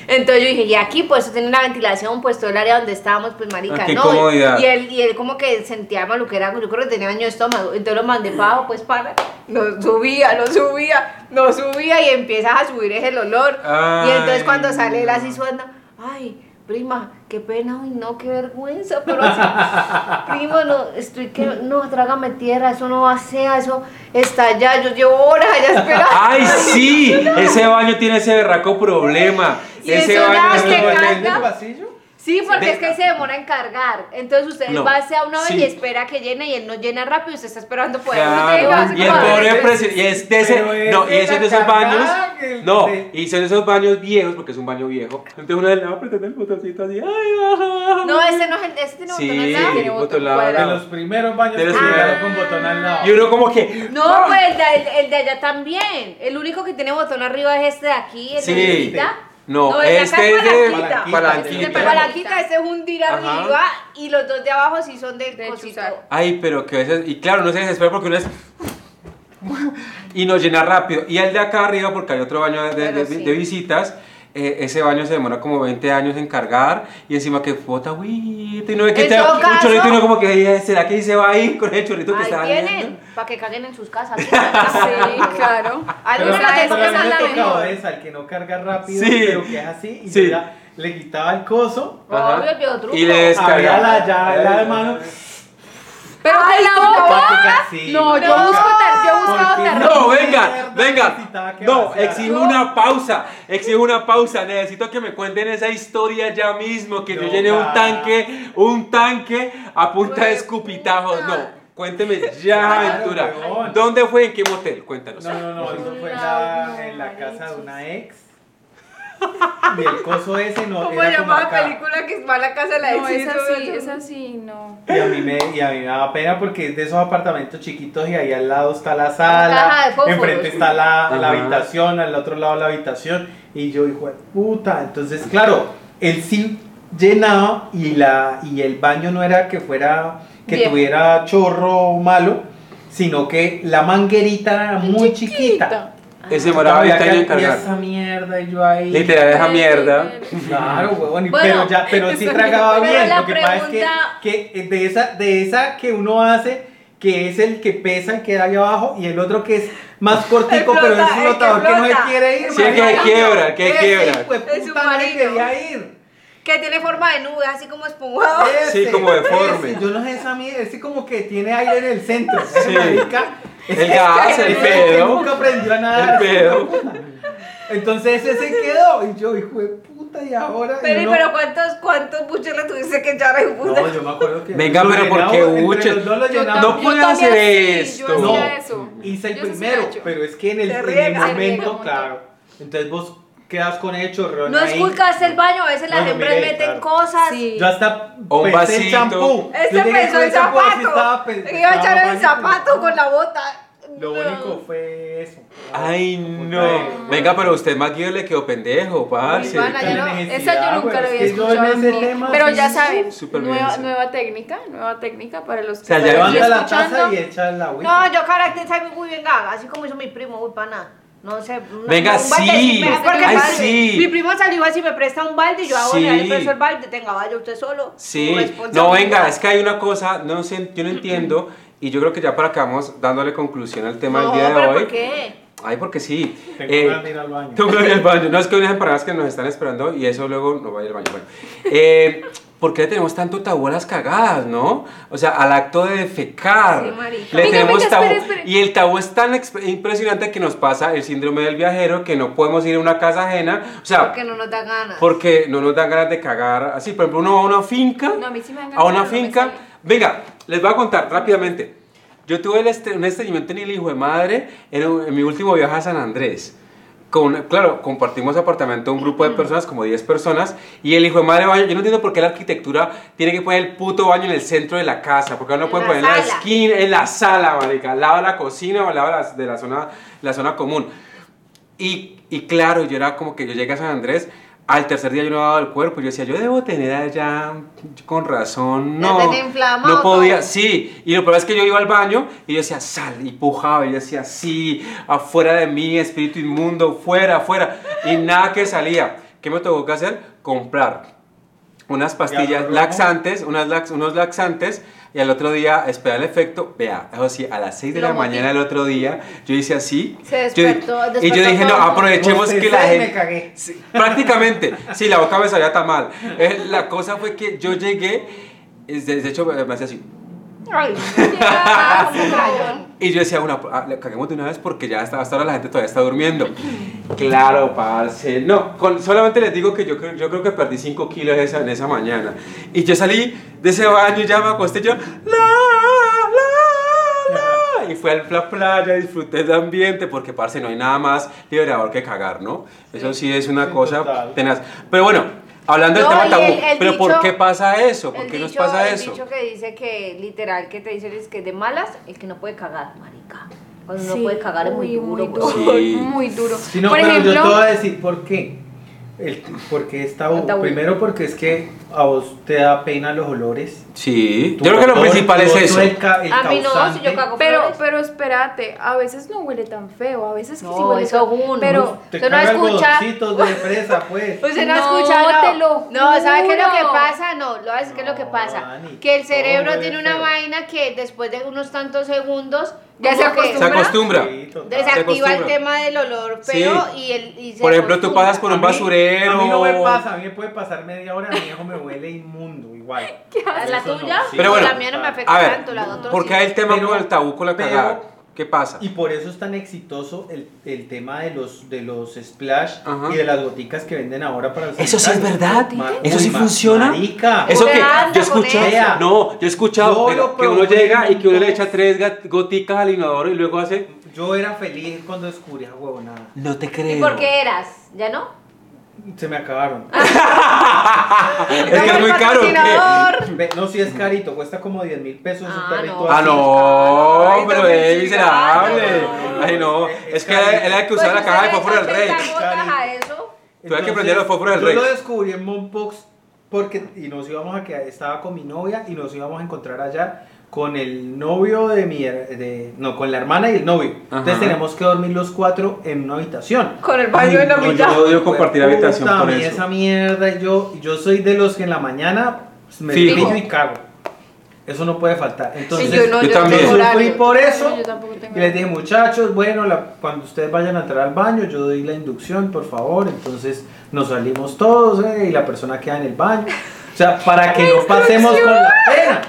S1: Entonces yo dije, y aquí puesto tiene la ventilación, pues todo el área donde estábamos, pues marica,
S2: Ah, qué
S1: no.
S2: comodidad.
S1: Y él, y él como que sentía maluquera, yo creo que tenía daño de estómago. Entonces lo mandé para abajo, pues para. No subía, no subía, no subía y empieza a subir ese el olor. y entonces
S2: Ay,
S1: cuando sale él así
S2: no.
S1: suena, ay, prima, qué pena, uy, no, qué vergüenza, pero así, primo, no, estoy que, no, trágame tierra, eso no va a ser, eso está allá, yo llevo horas allá esperando.
S2: ¡Ay, sí! Ese baño tiene ese berraco problema.
S1: Y eso nada,
S2: Ah, es
S1: te
S2: un
S1: caga.
S2: baño-
S6: ¿El pasillo?
S1: Sí, porque
S2: De-
S1: es que ahí se demora en cargar. Entonces usted
S2: No,
S1: va hacia una vez
S2: sí.
S1: y espera que llene y él no llena rápido y usted está esperando poder
S2: Claro, y el pobre presi- y es de ese,
S6: Pero es
S2: no, y
S6: de
S2: es de
S6: la
S2: esos baños,
S6: cagada que-
S2: no,
S6: de-
S2: y son esos baños viejos, porque es un baño viejo, entonces una de las va a apretar el botoncito así, ay, baja, baja,
S1: No, ese no es el, ese tiene
S2: Sí.
S1: botón al lado.
S4: tiene
S2: botón
S4: botón
S2: lado.
S4: cuadrado.
S6: De los primeros baños
S2: De los
S6: que
S2: primeros.
S6: llegaron con botón al lado.
S2: y uno como que,
S1: No, pues el de, el- el de allá también. El único que tiene botón arriba es este de aquí, el de
S2: sí,
S1: Viquita.
S2: no,
S1: No, el de acá
S2: este
S1: es
S2: es de
S1: palanquita. Este
S2: palanquita.
S1: es palanquita, este es hundir
S2: Ajá.
S1: arriba y los dos de abajo sí son del
S4: De
S1: cosito.
S4: chuzar.
S2: Ay, pero que a veces, y claro, no se desespera porque uno es... Y nos llena rápido. Y el de acá arriba, porque hay otro baño de, de-
S1: Bueno,
S2: de-
S1: sí.
S2: de visitas, eh, ese baño se demora como 20 años en cargar y encima que bota agüita y no ve que
S1: En
S2: está
S1: todo
S2: un chorrito y
S1: caso-
S2: uno como que "Ay, ¿será que ahí se va a ir con el chorrito que
S1: Ahí
S2: está
S1: tienen,
S2: saliendo?
S1: para que caguen en sus casas.
S4: Sí, claro.
S1: Alguna
S4: Pero
S1: la
S4: pero
S1: tengo que
S4: a mí me
S1: mandar
S4: tocó
S1: mejor.
S3: esa, el que no carga rápido,
S2: Sí.
S3: pero que es así, y
S2: Sí.
S3: yo ya le quitaba el coso,
S2: Ajá.
S1: Obvio, viejo truco.
S2: Y le
S3: abría
S2: descarga.
S3: la llave, la de mano,
S4: Pero con la boca.
S3: práctica, sí.
S4: No, yo
S1: No.
S4: busco ter- yo he buscado
S3: Porque
S4: ter-
S2: No,
S3: Mierda,
S2: venga, venga.
S3: necesitaba que
S2: No,
S3: vaciara.
S2: exijo una pausa. Exijo una pausa. Necesito que me cuenten esa historia ya mismo. Que yo
S3: No,
S2: llene un
S3: ya.
S2: tanque, un tanque a punta de
S1: Güey,
S2: escupitajos.
S1: puta.
S2: No, cuénteme ya,
S3: Claro,
S2: aventura.
S3: huevón.
S2: ¿Dónde fue? ¿En qué motel? Cuéntanos.
S3: No, no, no, eso fue en la, en la casa de una ex. Y el coso ese no
S1: Como
S3: era como
S1: llamaba
S3: acá.
S1: película que va a la casa de la
S4: No,
S1: ex y
S4: es
S1: todo
S4: así,
S1: eso.
S4: es así, no.
S3: Y a, mí me, y a mí me daba pena porque es de esos apartamentos chiquitos y ahí al lado está la sala,
S1: de fósforos.
S3: enfrente está la, la
S2: Ajá.
S3: habitación, al otro lado la habitación. Y yo, hijo de puta. Entonces, claro, él sí llenaba y, la, y el baño no era que fuera, que
S1: Bien.
S3: tuviera chorro malo, sino que la manguerita era muy chiquita.
S2: Ese morado
S3: Había
S2: está
S3: que-
S2: ahí en
S3: y
S2: cargar.
S3: esa mierda y yo ahí.
S2: Literal, esa mierda.
S3: Claro, huevón, y-
S1: Bueno,
S3: pero ya, pero sí
S4: eso-
S3: tragaba
S1: pero
S3: bien.
S1: la
S3: Lo que pasa es que,
S1: pregunta-
S3: que de esa, de esa que uno hace, que es el que pesa y queda ahí abajo, y el otro que es más cortico,
S1: El
S3: pero es
S1: flota,
S3: un
S1: el que
S3: flotador que, no se
S1: flota.
S3: quiere ir.
S2: Sí, el que
S3: marica.
S2: quiebra, el que
S3: Ese
S2: quiebra.
S3: hijo de
S1: Es un
S3: puta no le
S1: marico.
S3: quería ir.
S1: Que tiene forma de nube, así como esponjado.
S2: Sí,
S3: Ese,
S2: como deforme.
S3: ese, yo no sé esa mierda, ese como que tiene aire en el centro. ese
S2: Sí.
S3: marica,
S2: El
S3: ese-
S2: gas, el
S3: ese que
S2: pedo.
S3: Nunca aprendió a nadar.
S2: El pedo.
S3: Entonces ese se quedó. Y yo, hijo de puta, y ahora. y
S1: Pero,
S3: uno-
S1: pero ¿cuántos, cuántos buches le tuviste que echar a hijo puta?
S3: No, yo me acuerdo que.
S2: Venga,
S3: lo
S2: pero ¿por
S3: llenamos,
S2: qué
S3: entre
S2: buches?
S3: los dos lo
S4: Yo
S3: llenamos.
S4: tam-
S2: No
S4: yo
S2: puede
S4: también
S2: hacer
S4: sí, yo
S2: esto.
S3: No.
S4: hacía eso.
S3: Hice el
S4: Yo eso sí
S3: primero,
S4: lo he hecho.
S3: pero es que en el,
S1: Se
S3: en el
S1: riega, se riega
S4: un
S3: momento,
S4: montón.
S3: claro. Entonces vos quedas con el chorrón.
S1: No es
S3: ahí.
S1: culpa hacer baño, a veces las
S3: Bueno,
S1: hembras
S3: Miguel,
S1: meten
S3: claro.
S1: cosas.
S4: Sí.
S3: Yo hasta
S2: O un
S3: pensé en
S2: vasito.
S3: champú.
S1: Este
S3: Yo llegué
S1: pensó
S3: con
S1: en
S3: el champú, así
S1: zapato.
S3: estaba
S1: que
S3: pen-
S1: Iba a echar
S3: estaba
S1: el
S3: bañando.
S1: zapato con la bota.
S3: Lo único fue eso.
S2: Ay, no.
S3: Puta,
S2: Venga, pero usted, McGill, le quedó pendejo, parce.
S1: Ivana, ya
S3: la
S1: no-
S3: necesidad,
S4: Esa yo nunca
S3: güey,
S4: la
S3: es
S4: había
S3: que yo en
S4: escuchado.
S3: ese
S4: ni-
S3: tema
S4: pero
S3: sí-
S4: ya saben,
S2: Supervivencia.
S4: nueva, nueva técnica, nueva técnica para los que
S2: O sea, ya
S4: están aquí
S3: Levanta la taza
S4: escuchando.
S3: y echa el agüita.
S1: No, yo caracterizo muy bien gaga, así como hizo mi primo, uy, pana. No sé. una-
S2: Venga,
S1: un balde,
S2: sí.
S1: pero porque
S4: Ay,
S1: padre,
S2: sí.
S1: Mi primo salió así, me presta un balde y yo hago,
S2: Sí.
S1: le presto el balde, tenga, vaya usted solo.
S2: Sí,
S1: Su
S2: no,
S1: responsabilidad.
S2: venga, este es que hay una cosa, no sé, yo no entiendo, y yo creo que ya para que vamos dándole conclusión al tema
S1: No,
S2: del día de
S1: pero
S2: hoy.
S1: ¿por qué?
S2: Ay, porque sí.
S3: Tengo
S2: Eh,
S3: ganas de ir al baño.
S2: tengo que ir al baño. No, es que hay unas empanadas que nos están esperando y eso luego no va a ir al baño. Bueno, eh, ¿por qué le tenemos tanto tabú a las cagadas, no? O sea, al acto de defecar.
S1: Sí,
S2: le
S1: marica.
S4: Venga,
S2: tenemos
S4: venga,
S2: tabú.
S4: espere, espere.
S2: Y el tabú es tan exp- impresionante que nos pasa el síndrome del viajero, que no podemos ir a una casa ajena. O sea,
S1: Porque no nos da ganas.
S2: porque no nos dan ganas de cagar así. Por ejemplo, uno va a una finca.
S4: No, a mí sí me dan
S2: A
S4: ganas,
S2: una
S4: pero no me
S2: finca.
S4: sale.
S2: Venga, les voy a contar rápidamente. Yo tuve el este- un estreñimiento en el hijo de madre en, un- en mi último viaje a San Andrés. Con, claro, compartimos apartamento un grupo de personas, como 10 personas, y el hijo de madre baño. Yo no entiendo por qué la arquitectura tiene que poner el puto baño en el centro de la casa, porque no
S1: En
S2: pueden
S1: la
S2: poner en la
S1: sala.
S2: esquina, en la sala, marica, al lado de la cocina o al lado de la, de la zona, la zona común. Y, y claro, yo era como que yo llegué a San Andrés, al tercer día yo no daba el cuerpo, yo decía, yo debo tener allá, con razón,
S1: Ya
S2: no.
S1: tenía inflamado
S2: no podía,
S1: todo.
S2: sí. Y lo peor es que yo iba al baño y yo decía, sal, y pujaba, y yo decía, sí, afuera de mí, espíritu inmundo, fuera, fuera. Y nada que salía. ¿Qué me tuvo que hacer? Comprar unas
S6: ¿Y al
S2: pastillas
S6: rojo?
S2: laxantes, unas lax- unos laxantes, y al otro día esperar el efecto. Vea, eso sí, a las 6 de
S4: Lo
S2: la
S4: motivo.
S2: mañana del otro día, yo hice así.
S1: Se
S2: yo-
S1: despertó-
S2: y yo
S1: despertó
S2: dije, no,
S1: todo.
S2: aprovechemos que la
S6: Bostecé y me
S2: gente.
S6: cagué.
S2: Sí, prácticamente, sí, la boca me salía tan mal. Eh, la cosa fue que yo llegué, es- de de hecho, me me hacía así.
S1: Ay,
S4: Ya,
S1: como cayón.
S2: Y yo decía, una, ah, le caguemos de una vez porque ya hasta, hasta ahora la gente todavía está durmiendo. Claro, parce. No, con- solamente les digo que yo, creo- yo creo que perdí 5 kilos esa, en esa mañana. Y yo salí de ese baño y ya me acosté yo. La, la, la. Y fui a la playa, disfruté del ambiente porque, parce, no hay nada más liberador que cagar, ¿no? Eso sí es una
S6: Sí,
S2: cosa
S6: total.
S2: tenaz. Pero bueno, hablando
S1: No,
S2: del tema
S1: y
S2: tabú,
S1: el- el
S2: ¿pero por
S1: dicho-
S2: qué pasa eso? ¿Por
S1: El
S2: qué nos
S1: dicho-
S2: pasa
S1: el
S2: eso?
S1: dicho que dice que literal que te dicen es que de malas el que no puede cagar, marica. Cuando no
S4: Sí.
S1: puede cagar es
S4: Uy,
S1: muy duro. pues.
S4: Muy duro.
S1: güey.
S2: Sí.
S4: muy duro.
S3: Sí, no,
S4: Por
S3: pero
S4: ejemplo,
S3: yo te voy a decir por qué. El, porque es tabú.
S1: El tabú.
S3: Primero porque es que a vos te da pena los olores.
S2: Sí,
S3: Tu
S2: yo creo que lo
S3: olor,
S2: principal
S3: tu
S2: es
S3: olor,
S2: eso.
S3: el ca- el
S1: A mí no, si yo
S3: causante.
S1: cago
S4: pero,
S1: flores.
S4: pero espérate, a veces no huele tan feo, a veces que sí
S1: No,
S4: huele
S1: eso
S4: feo,
S1: uno.
S4: Pero
S3: Te
S1: Usted no
S3: caga
S1: escucha.
S3: algodoncitos de fresa, pues.
S1: Usted no,
S4: No,
S1: escucha, no.
S4: te lo
S1: no, ¿sabes qué es lo que
S4: juro.
S1: pasa? No, lo es que es lo que
S3: No,
S1: pasa.
S3: Dani,
S1: Que el
S3: no,
S1: cerebro
S3: huele
S1: tiene una
S3: feo.
S1: vaina que después de unos tantos segundos
S4: Ya
S1: como
S4: se
S1: que
S2: Se acostumbra.
S3: Sí, total.
S1: Desactiva el
S2: acostumbra.
S1: tema del olor feo y el y se
S2: Por ejemplo, tú
S1: acostumbra.
S2: pasas por un
S3: A mí-
S2: basurero.
S3: A mí no me pasa, a mí me puede pasar media hora, mi hijo me huele inmundo, igual.
S1: ¿La
S3: Eso no,
S1: tuya?
S3: sí.
S2: Pero bueno,
S1: la mía no me afecta
S2: A ver,
S1: tanto, la de otros
S2: ¿por qué
S1: sí.
S2: hay el tema
S3: Pero-
S2: con el tabú con la
S3: pero-
S2: cagada? ¿Qué pasa?
S3: Y por eso es tan exitoso el, el tema de los, de los splash
S2: Ajá.
S3: y de las goticas que venden ahora para los
S2: Eso sí es
S3: sanitarios.
S2: verdad.
S3: Ma-
S2: Eso sí
S3: ma-
S2: funciona.
S3: marica.
S2: Eso que
S1: anda
S2: yo he
S1: con
S3: eso?
S2: escuchado, no, yo he escuchado
S3: Yo
S2: pero
S3: lo
S2: que uno
S3: probé
S2: llega y que uno le
S3: dos.
S2: echa tres gat- goticas al inodoro y luego hace,
S3: Yo era feliz cuando descubrí a huevonada.
S2: no te
S1: ¿Y
S2: creo.
S1: por qué eras? ¿Ya no?
S3: Se me acabaron.
S2: Es que es muy caro. ¿qué?
S1: Patrocinador.
S3: Ve, No, si es carito, cuesta como 10 mil pesos
S1: Ah,
S3: un tarrito
S1: no.
S2: Ah,
S3: así.
S2: no,
S1: Ay,
S2: pero
S1: también
S2: es
S1: sí,
S2: miserable.
S1: no.
S2: Ay, no.
S3: Es-
S2: Es que
S3: es
S2: era
S3: caro.
S2: era el que usaba
S1: Pues,
S2: la caja de fósforo del rey.
S1: gotas a eso?
S2: Tú hay que prender los fósforos del
S3: yo
S2: rey.
S3: lo descubrí en Mompox porque y nos íbamos a quedar, estaba con mi novia y nos íbamos a encontrar allá con el novio de mi her- de, no, con la hermana y el novio. Entonces
S2: Ajá.
S3: tenemos que dormir los cuatro en una habitación.
S1: Con el baño en la
S2: no, yo
S1: mitad.
S2: odio compartir
S3: Puta,
S2: habitación
S3: a
S2: por
S3: mí
S2: eso.
S3: esa mierda y yo y yo soy de los que en la mañana pues, me
S2: Fijo.
S3: pillo y cago. Eso no puede faltar. Entonces
S2: yo no, yo también.
S3: yo
S2: tengo
S3: sufrí por eso.
S4: Yo tampoco tengo
S3: Y les dije, muchachos, bueno, la- cuando ustedes vayan a entrar al baño, yo doy la inducción, por favor. Entonces nos salimos todos eh, y la persona queda en el baño. O sea, para que no pasemos con la pena.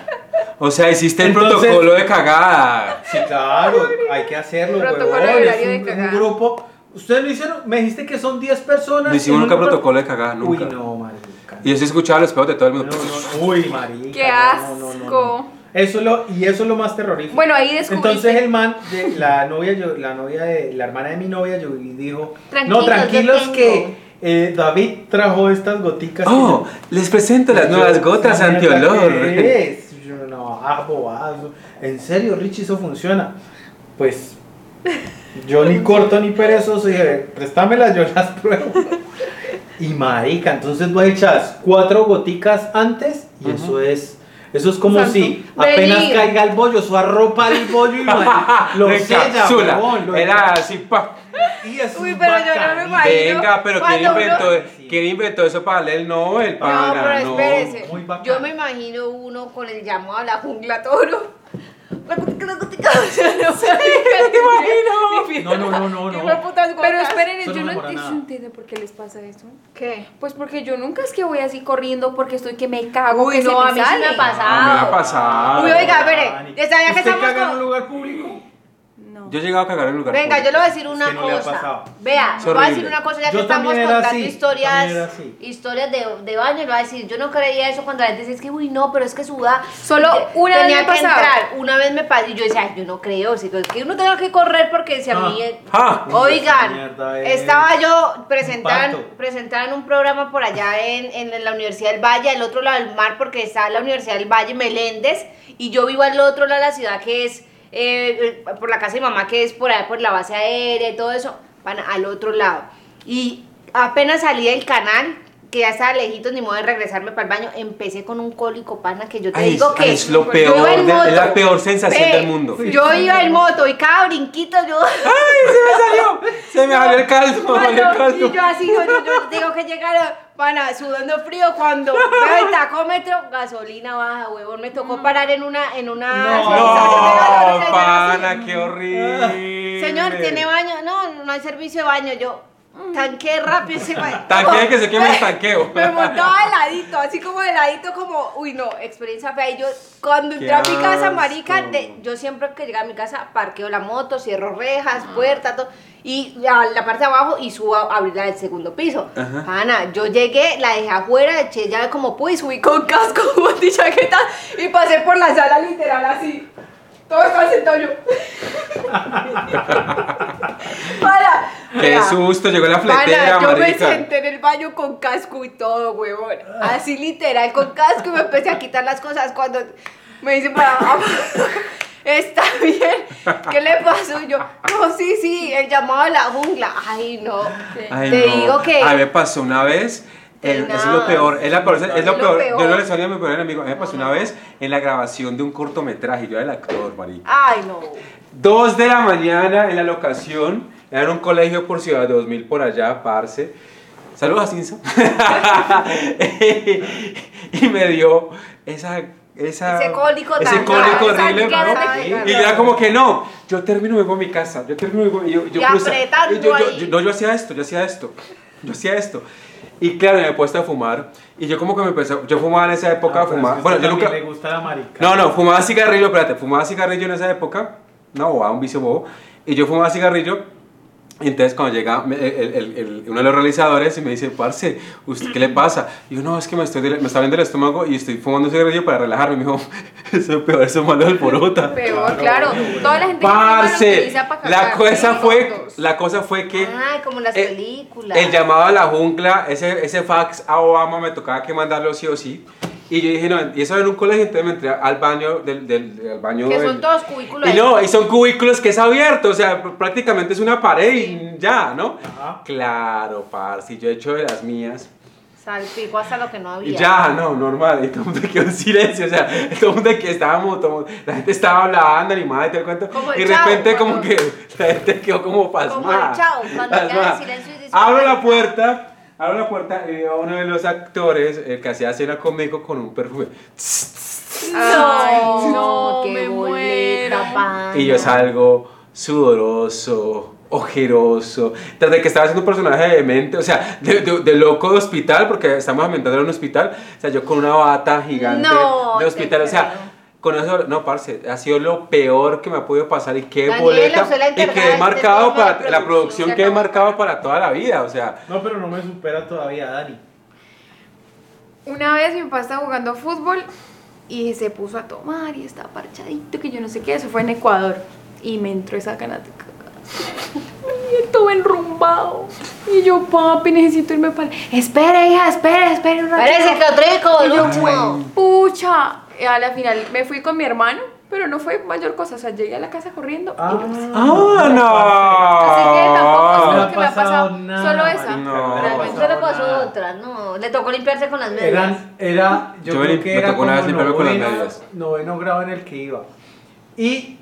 S2: O sea, hiciste el
S3: Entonces-
S2: protocolo de cagada.
S3: Sí, claro, hay que hacerlo.
S4: Protocolo
S3: huevón,
S4: de
S3: es
S4: horario
S3: un,
S4: de
S3: es un
S4: cagada.
S3: grupo. Ustedes lo hicieron, me dijiste que son 10 personas.
S2: No hicimos
S3: en
S2: nunca
S3: un par-
S2: protocolo de cagada, nunca.
S3: Uy, no, marica.
S2: Y yo sí escuchaba los pedos de todo el
S3: No,
S2: mundo.
S3: no, no. Uy, marica.
S4: Qué
S3: no, no, no, no.
S4: asco.
S3: Eso es lo, y eso es lo más terrorífico.
S4: Bueno, ahí descubriste.
S3: Entonces el man, de, la novia, yo- la novia de, la hermana de mi novia, yo y dijo,
S1: Tranquilos,
S3: no,
S1: yo
S3: tranquilos
S1: tengo".
S3: que eh, David trajo estas goticas. que
S2: Oh, les presento
S3: yo-
S2: las
S3: yo-
S2: nuevas gotas
S3: ¿Esa mierda
S2: antiolor.
S3: qué es? Yo, no, ah, bobazo. En serio, Richie, eso funciona. Pues yo ni corto ni perezoso dije, préstamela, yo las pruebo. Y marica, entonces tú echas cuatro goticas antes y eso es. Eso es como
S4: Santo.
S3: si apenas
S4: Vení.
S3: caiga el bollo, su arropa el bollo y marica, lo
S2: En
S3: sella,
S2: cápsula.
S3: huevón, lo-
S2: Era así, pa.
S3: Y eso
S4: Uy,
S3: es
S4: pero yo no me
S3: bacán.
S4: imagino. Ay, no.
S2: Venga, pero ¿quién
S4: Cuando uno-
S2: inventó, ¿quién inventó eso para darle el Nobel?
S1: No, pero
S2: Para, no.
S1: espérese.
S3: muy bacán.
S1: Yo me imagino uno con el llamado a la jungla toro. La cutica, la cutica. O sea, no sé.
S3: No, no, no, no,
S1: Qué
S3: no.
S1: putas
S4: Pero esperen,
S3: Eso
S4: yo
S3: no
S4: no
S3: mejora
S4: entiendo,
S3: nada.
S4: entiendo por qué les pasa eso.
S1: ¿Qué?
S4: Pues porque yo nunca es que voy así corriendo porque estoy que me cago,
S1: Uy,
S4: que
S1: no,
S4: se me
S1: a mí sí
S4: sale.
S1: me ha pasado.
S2: Ah, me la ha pasado.
S1: Uy, oiga, espere, ¿ya sabía que
S3: ¿Usted
S1: estamos
S3: caga en
S1: con-
S3: un lugar público?
S4: No.
S2: Yo he llegado a cagar en un lugar.
S1: Venga, yo
S2: público.
S1: le voy a decir una
S3: que no le ha
S1: cosa.
S3: pasado.
S1: Vea,
S2: Es
S1: le voy a
S2: horrible.
S1: decir una cosa, ya que
S3: Yo
S1: estamos
S3: también era
S1: contando
S3: así,
S1: historias,
S3: también era así.
S1: historias de, de baño, le voy a decir, yo no creía eso cuando la gente dice, es que uy, no, pero es que suda.
S4: Solo
S1: Te-
S4: una vez
S1: tenía
S4: me
S1: que
S4: pasaba.
S1: entrar, una vez me pasó y yo decía, "Ay, yo no creo, si es que uno tenga que correr porque si a
S3: Ah.
S1: mí
S2: Ah.
S3: Esa
S1: Oigan,
S3: mierda es
S1: estaba yo presentar,
S3: un pacto.
S1: presentar un programa por allá en, en- en la Universidad del Valle, al otro lado del mar, porque está la Universidad del Valle Meléndez, y yo vivo al otro lado de la ciudad que es, eh, eh, por la casa de mi mamá, que es por allá, por la base aérea y todo eso, van al otro lado. Y apenas salí del canal, que ya estaba lejito, ni modo de regresarme para el baño, empecé con un cólico pana que yo te
S2: Ay,
S1: digo
S2: ay,
S1: que
S2: es lo
S1: yo
S2: peor
S1: iba en
S2: de- es
S1: moto.
S2: la peor sensación
S1: Ve,
S2: del mundo.
S1: Yo iba en moto y cada brinquito yo
S2: ¡Ay, se me salió! Se me salió el caldo, me salió el
S1: Bueno,
S2: caldo.
S1: y yo así, yo, yo- yo tengo que llegar a, pana, sudando frío cuando veo el tacómetro, gasolina baja, huevón, me tocó parar en una, en una
S6: No,
S1: estación de gasolina,
S2: No,
S1: yo
S2: pana, qué horrible.
S1: así, Señor, ¿tiene baño? No, no hay servicio de baño, yo, tanque rápido ese baño.
S2: Tanquee, que se queme el tanqueo.
S1: Me montaba de ladito, así como de ladito, como, uy no, experiencia fea. Y yo, cuando
S2: Qué
S1: entré a mi casa,
S2: asco.
S1: marica, de- yo siempre que llegaba a mi casa, parqueo la moto, cierro rejas, puertas, todo. Y la, la parte de abajo y subo a abrir la del segundo piso.
S2: Ajá.
S1: Ana, yo llegué, la dejé afuera, eché ya como pude, subí con casco, bote y chaqueta y pasé por la sala literal así. Todo estaba sentado yo. Para.
S2: Qué
S1: Vea.
S2: susto, llegó la
S1: Pana,
S2: fletera,
S1: yo me
S2: marica.
S1: senté en el baño con casco y todo, huevón. Así literal, con casco y me empecé a quitar las cosas cuando me dicen, "Para- está bien, ¿qué le pasó? Y Yo, no, sí, sí, el llamado a la jungla. Ay, no.
S2: Ay,
S1: Te
S2: no.
S1: digo que... Pues
S2: A mí me pasó una vez. eh,
S1: Tenaz.
S2: eso es lo peor, es, la peor, es lo
S1: Es lo
S2: peor.
S1: peor.
S2: Yo no le sabía a mi peor enemigo. A mí me pasó una vez en la grabación de un cortometraje. Yo era el actor, marica.
S1: Ay, no.
S2: Dos de la mañana en la locación, era en un colegio por Ciudad 2000 por allá, parce. Saludos a Cinza. y me dio esa... esa-
S1: Ese cólico
S2: Ah, ese
S1: tan
S2: cólico
S1: raro,
S2: horrible,
S1: esa
S2: ¿no?
S1: cara de
S2: Y
S1: cara.
S2: yo era como que no, yo termino y me voy a mi casa, yo termino y me voy. y Yo, yo
S1: Y
S2: cruza-
S1: apretando
S2: y yo- yo-
S1: ahí.
S2: yo- no, yo hacía esto, yo hacía esto, yo hacía esto. Y claro, me he puesto a fumar. Y yo como que me empecé, yo fumaba en esa época,
S3: Ah, pero es
S2: fumaba.
S3: que
S2: Bueno,
S3: usted
S2: yo nunca,
S3: también le gusta la marica.
S2: no, no, fumaba cigarrillo, espérate, fumaba cigarrillo en esa época, no, bobada, un vicio bobo, y yo fumaba cigarrillo, y entonces cuando llega me- el- el- el- uno de los realizadores y me dice, parce, ¿usted qué le pasa? Y yo, no, es que me, estoy, del- me está viendo el estómago y estoy fumando un cigarrillo para relajarme, y me dijo, eso es peor, eso es malo del porota.
S4: Peor, claro. Toda la gente que
S2: Parce,
S4: utiliza para
S2: la
S4: cagar,
S2: cosa
S4: sí,
S2: fue,
S4: todos.
S2: la cosa fue que...
S1: Ay, Ah, como en las
S2: Eh,
S1: películas.
S2: El llamado a la jungla, ese, ese fax a Obama me tocaba que mandarlo sí o sí. Y yo dije, no, y eso era en un colegio, entonces me entré al baño del, del, al baño.
S1: Que
S2: del-
S1: son todos cubículos.
S2: y no, y son cubículos que es abierto, o sea, pr- prácticamente es una pared y ya, ¿no?
S3: Ajá.
S2: Claro, parce, yo he hecho de las mías.
S1: Salpicó hasta lo que no
S2: Y
S1: había.
S2: ya, no, normal, y todo el mundo quedó en silencio, o sea, todo el mundo que estábamos, todo- la gente estaba hablando, animada y todo el cuento,
S1: Como el
S2: y de
S1: chao,
S2: repente como
S1: cuando-
S2: que la gente quedó como pasmada.
S1: Como el chao, cuando queda en
S2: pasmada.
S1: silencio y dice,
S2: Abro la
S1: "Ay".
S2: puerta, abro la puerta y veo a uno de los actores, el que hacía cena conmigo con un perfume,
S1: Ay, no,
S4: No,
S1: qué
S4: me
S1: boleta,
S4: muero.
S1: pana.
S2: y yo salgo sudoroso, ojeroso, desde que estaba haciendo un personaje de mente, o sea, de, de- de loco de hospital, porque estamos ambientados en un hospital, o sea, yo con una bata gigante
S1: No,
S2: de hospital,
S1: te
S2: o sea,
S1: creo.
S2: con eso, no, parce, ha sido lo peor que me ha podido pasar y qué
S1: Daniela,
S2: boleta,
S1: usted la
S2: y
S1: encargada de
S2: quedé
S1: este
S2: marcado
S1: tema
S2: para,
S1: de
S2: la
S1: producción,
S2: producción
S1: se
S2: quedé
S1: acabó.
S2: marcado para toda la vida, o sea,
S3: No, pero no me supera todavía, Dani.
S4: Una vez mi papá estaba jugando fútbol y se puso a tomar y estaba parchadito, que yo no sé qué, eso fue en Ecuador. Y me entró esa gana de cagar. Y estuve enrumbado. Y yo, papi, necesito irme para. Espera, hija, espera, espera un ratito".
S1: Parece que rico, el último.
S4: Pucha. A la final me fui con mi hermano, pero no fue mayor cosa. O sea, llegué a la casa corriendo.
S3: Ah.
S4: y pues, pasé.
S2: ¡ah,
S4: Así que tampoco
S2: no!
S4: es
S3: No
S4: lo
S3: ha
S4: que me ha pasado.
S3: pasado nada,
S4: Solo esa.
S2: marica,
S3: no
S2: ha
S4: realmente.
S1: Yo le pasó
S3: nada.
S1: otra, no. Le tocó limpiarse con las medias.
S3: Eran, era, yo,
S2: Yo me
S3: creo
S2: lim-
S3: que
S2: me
S3: era
S2: tocó una
S3: como
S2: vez limpiarme con las
S3: noveno-
S2: medias.
S3: noveno grado en el que iba. Y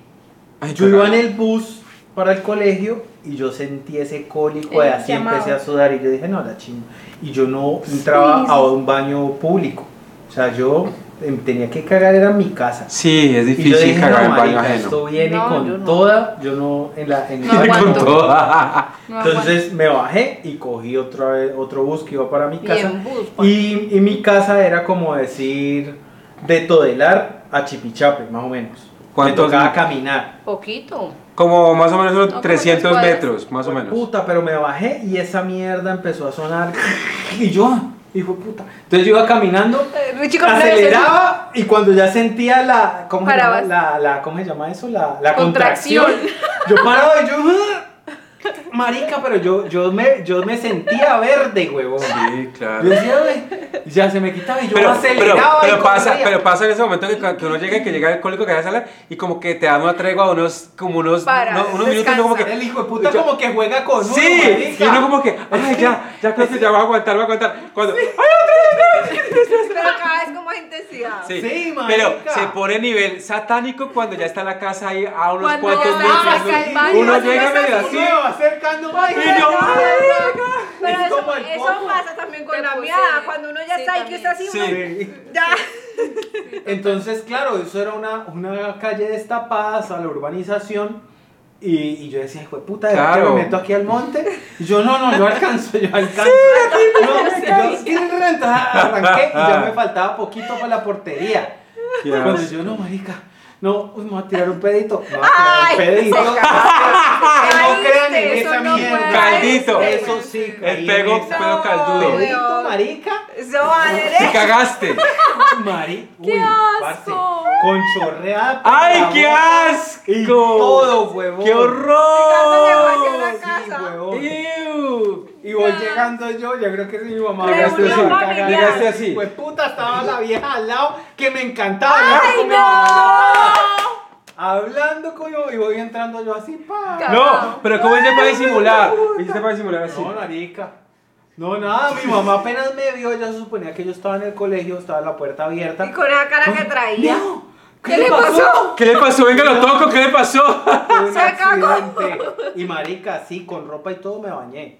S2: Ay,
S3: yo iba en
S2: carajo.
S3: el bus para el colegio y yo sentí ese cólico de
S4: El
S3: así,
S4: llamado.
S3: empecé a sudar y yo dije, no, la chimba. Y yo no entraba a un baño público. O sea, yo em, tenía que cagar, era en mi casa.
S2: Sí,
S3: Y
S2: es
S3: yo
S2: difícil
S3: dije,
S2: cagar
S3: no,
S2: en baño
S3: marica,
S2: ajeno.
S3: esto viene
S1: No, yo
S3: con
S1: no.
S3: toda, yo no, en la... En
S4: No
S3: el baño
S2: Con
S4: aguanto.
S2: todo.
S4: No aguanto.
S3: entonces me bajé y cogí otra vez- otro bus que iba para mi
S1: Y
S3: casa.
S1: en bus, pues, pa.
S3: Y, y mi casa era como decir de Todelar a Chipichape, más o menos.
S2: ¿Cuántos-
S3: Me tocaba caminar.
S1: Poquito.
S2: Como más o menos unos
S4: como
S2: 300
S4: tres cuadras.
S2: metros, más o
S3: Fue
S2: menos.
S3: Puta, pero me bajé y esa mierda empezó a sonar. Y yo, ah, hijo de puta. Entonces yo iba caminando,
S1: Richie
S3: aceleraba y cuando ya sentía la. ¿Cómo, se llama,
S4: Parabas.
S3: la, la- ¿cómo se llama eso? La, la
S4: Contracción.
S3: contracción. Yo paraba y yo. ah, Marica, pero yo, yo, me, yo me sentía verde, huevón.
S2: Sí,
S3: Yo
S2: claro.
S3: decía, "Ay", ya se me quitaba y yo
S2: Pero, pero,
S3: aceleraba
S2: pero
S3: y
S2: pasa,
S3: corría.
S2: pero pasa en ese momento que, cu- que uno llega, que llega el cólico que vas a hablar y como que te dan una tregua, unos, como unos,
S4: Para,
S2: no- unos minutos y uno como que...
S3: el hijo de puta
S2: Yo-
S3: como que juega con uno,
S2: Sí, y
S3: marica.
S2: uno como que, ay, ya, ya creo que ya va a aguantar, va a aguantar. Cuando, ¡ah! "Ay, otra vez, otra vez".
S1: Pero cada vez con más intensidad.
S2: Sí,
S3: Sí,
S2: pero
S3: marica.
S2: se pone nivel satánico cuando ya está la casa ahí a unos
S4: Cuando
S2: cuantos
S4: ya
S3: Ah,
S2: metros.
S4: está
S2: ¿no?
S4: el baño,
S2: uno
S4: cuando
S2: llega
S4: ya
S2: medio
S4: está
S2: así.
S3: Uno va acercando más.
S2: Y yo, "Ay,
S1: Pero
S3: Es
S1: eso,
S3: como el
S1: eso
S3: coco.
S1: pasa también con
S4: Te
S1: la
S4: posee.
S1: miada, cuando uno ya
S4: Sí,
S1: está ahí que
S4: también.
S1: está así,
S2: Sí.
S1: uno
S3: Sí.
S1: ya.
S3: Entonces, claro, eso era una, una calle destapada hasta la urbanización. Y, y yo decía, hijo de puta, ¿de verdad que
S2: Claro.
S3: me meto aquí al monte? Y yo, no, no, yo alcanzo, yo alcanzo. No, yo, sí, entonces arranqué y ya me faltaba poquito para la portería.
S2: Ya.
S3: Cuando yo, no, marica, no, uy, me voy a tirar un pedito. Me voy a tirar un pedito. no crean en
S4: Eso
S3: esa
S4: no
S3: mierda.
S4: puede
S2: Caldito.
S4: ser.
S3: Eso sí,
S2: El
S3: caí
S2: pego,
S3: en esa-
S2: pego caldudo.
S3: Pedito, marica.
S1: Eso va
S2: Y cagaste.
S3: Mari.
S4: ¡Qué
S3: uy, parce,
S4: asco!
S3: Con chorreada. por
S2: ¡Ay,
S3: la
S2: qué
S3: boca.
S2: asco!
S3: Y todo, huevón.
S2: ¡Qué
S1: Ricardo llegó a
S2: horror!
S1: la casa.
S3: Sí, huevón.
S2: ¡Ew!
S3: Y voy llegando yo, yo creo que soy mi mamá.
S2: Llegaste
S3: Llegaste así,
S2: así,
S4: familiar.
S2: llegaste así.
S3: Pues puta, estaba la vieja al lado que me encantaba. hablar
S4: ¡Ay,
S3: con mi mamá.
S4: no!
S3: Hablando con yo y voy entrando yo así, pa.
S2: No, pero ¿cómo hice para disimular? Hiciste para disimular así.
S3: No, narica. No, nada, mi mamá apenas me vio, ella se suponía que yo estaba en el colegio, estaba la puerta abierta.
S1: Y con la cara que traía.
S3: No,
S1: ¿Qué le pasó?
S2: ¿Qué le pasó? Venga, lo toco, ¿qué le pasó?
S3: Fue un
S1: Se cagó.
S3: accidente. Y marica, sí, con ropa y todo me bañé.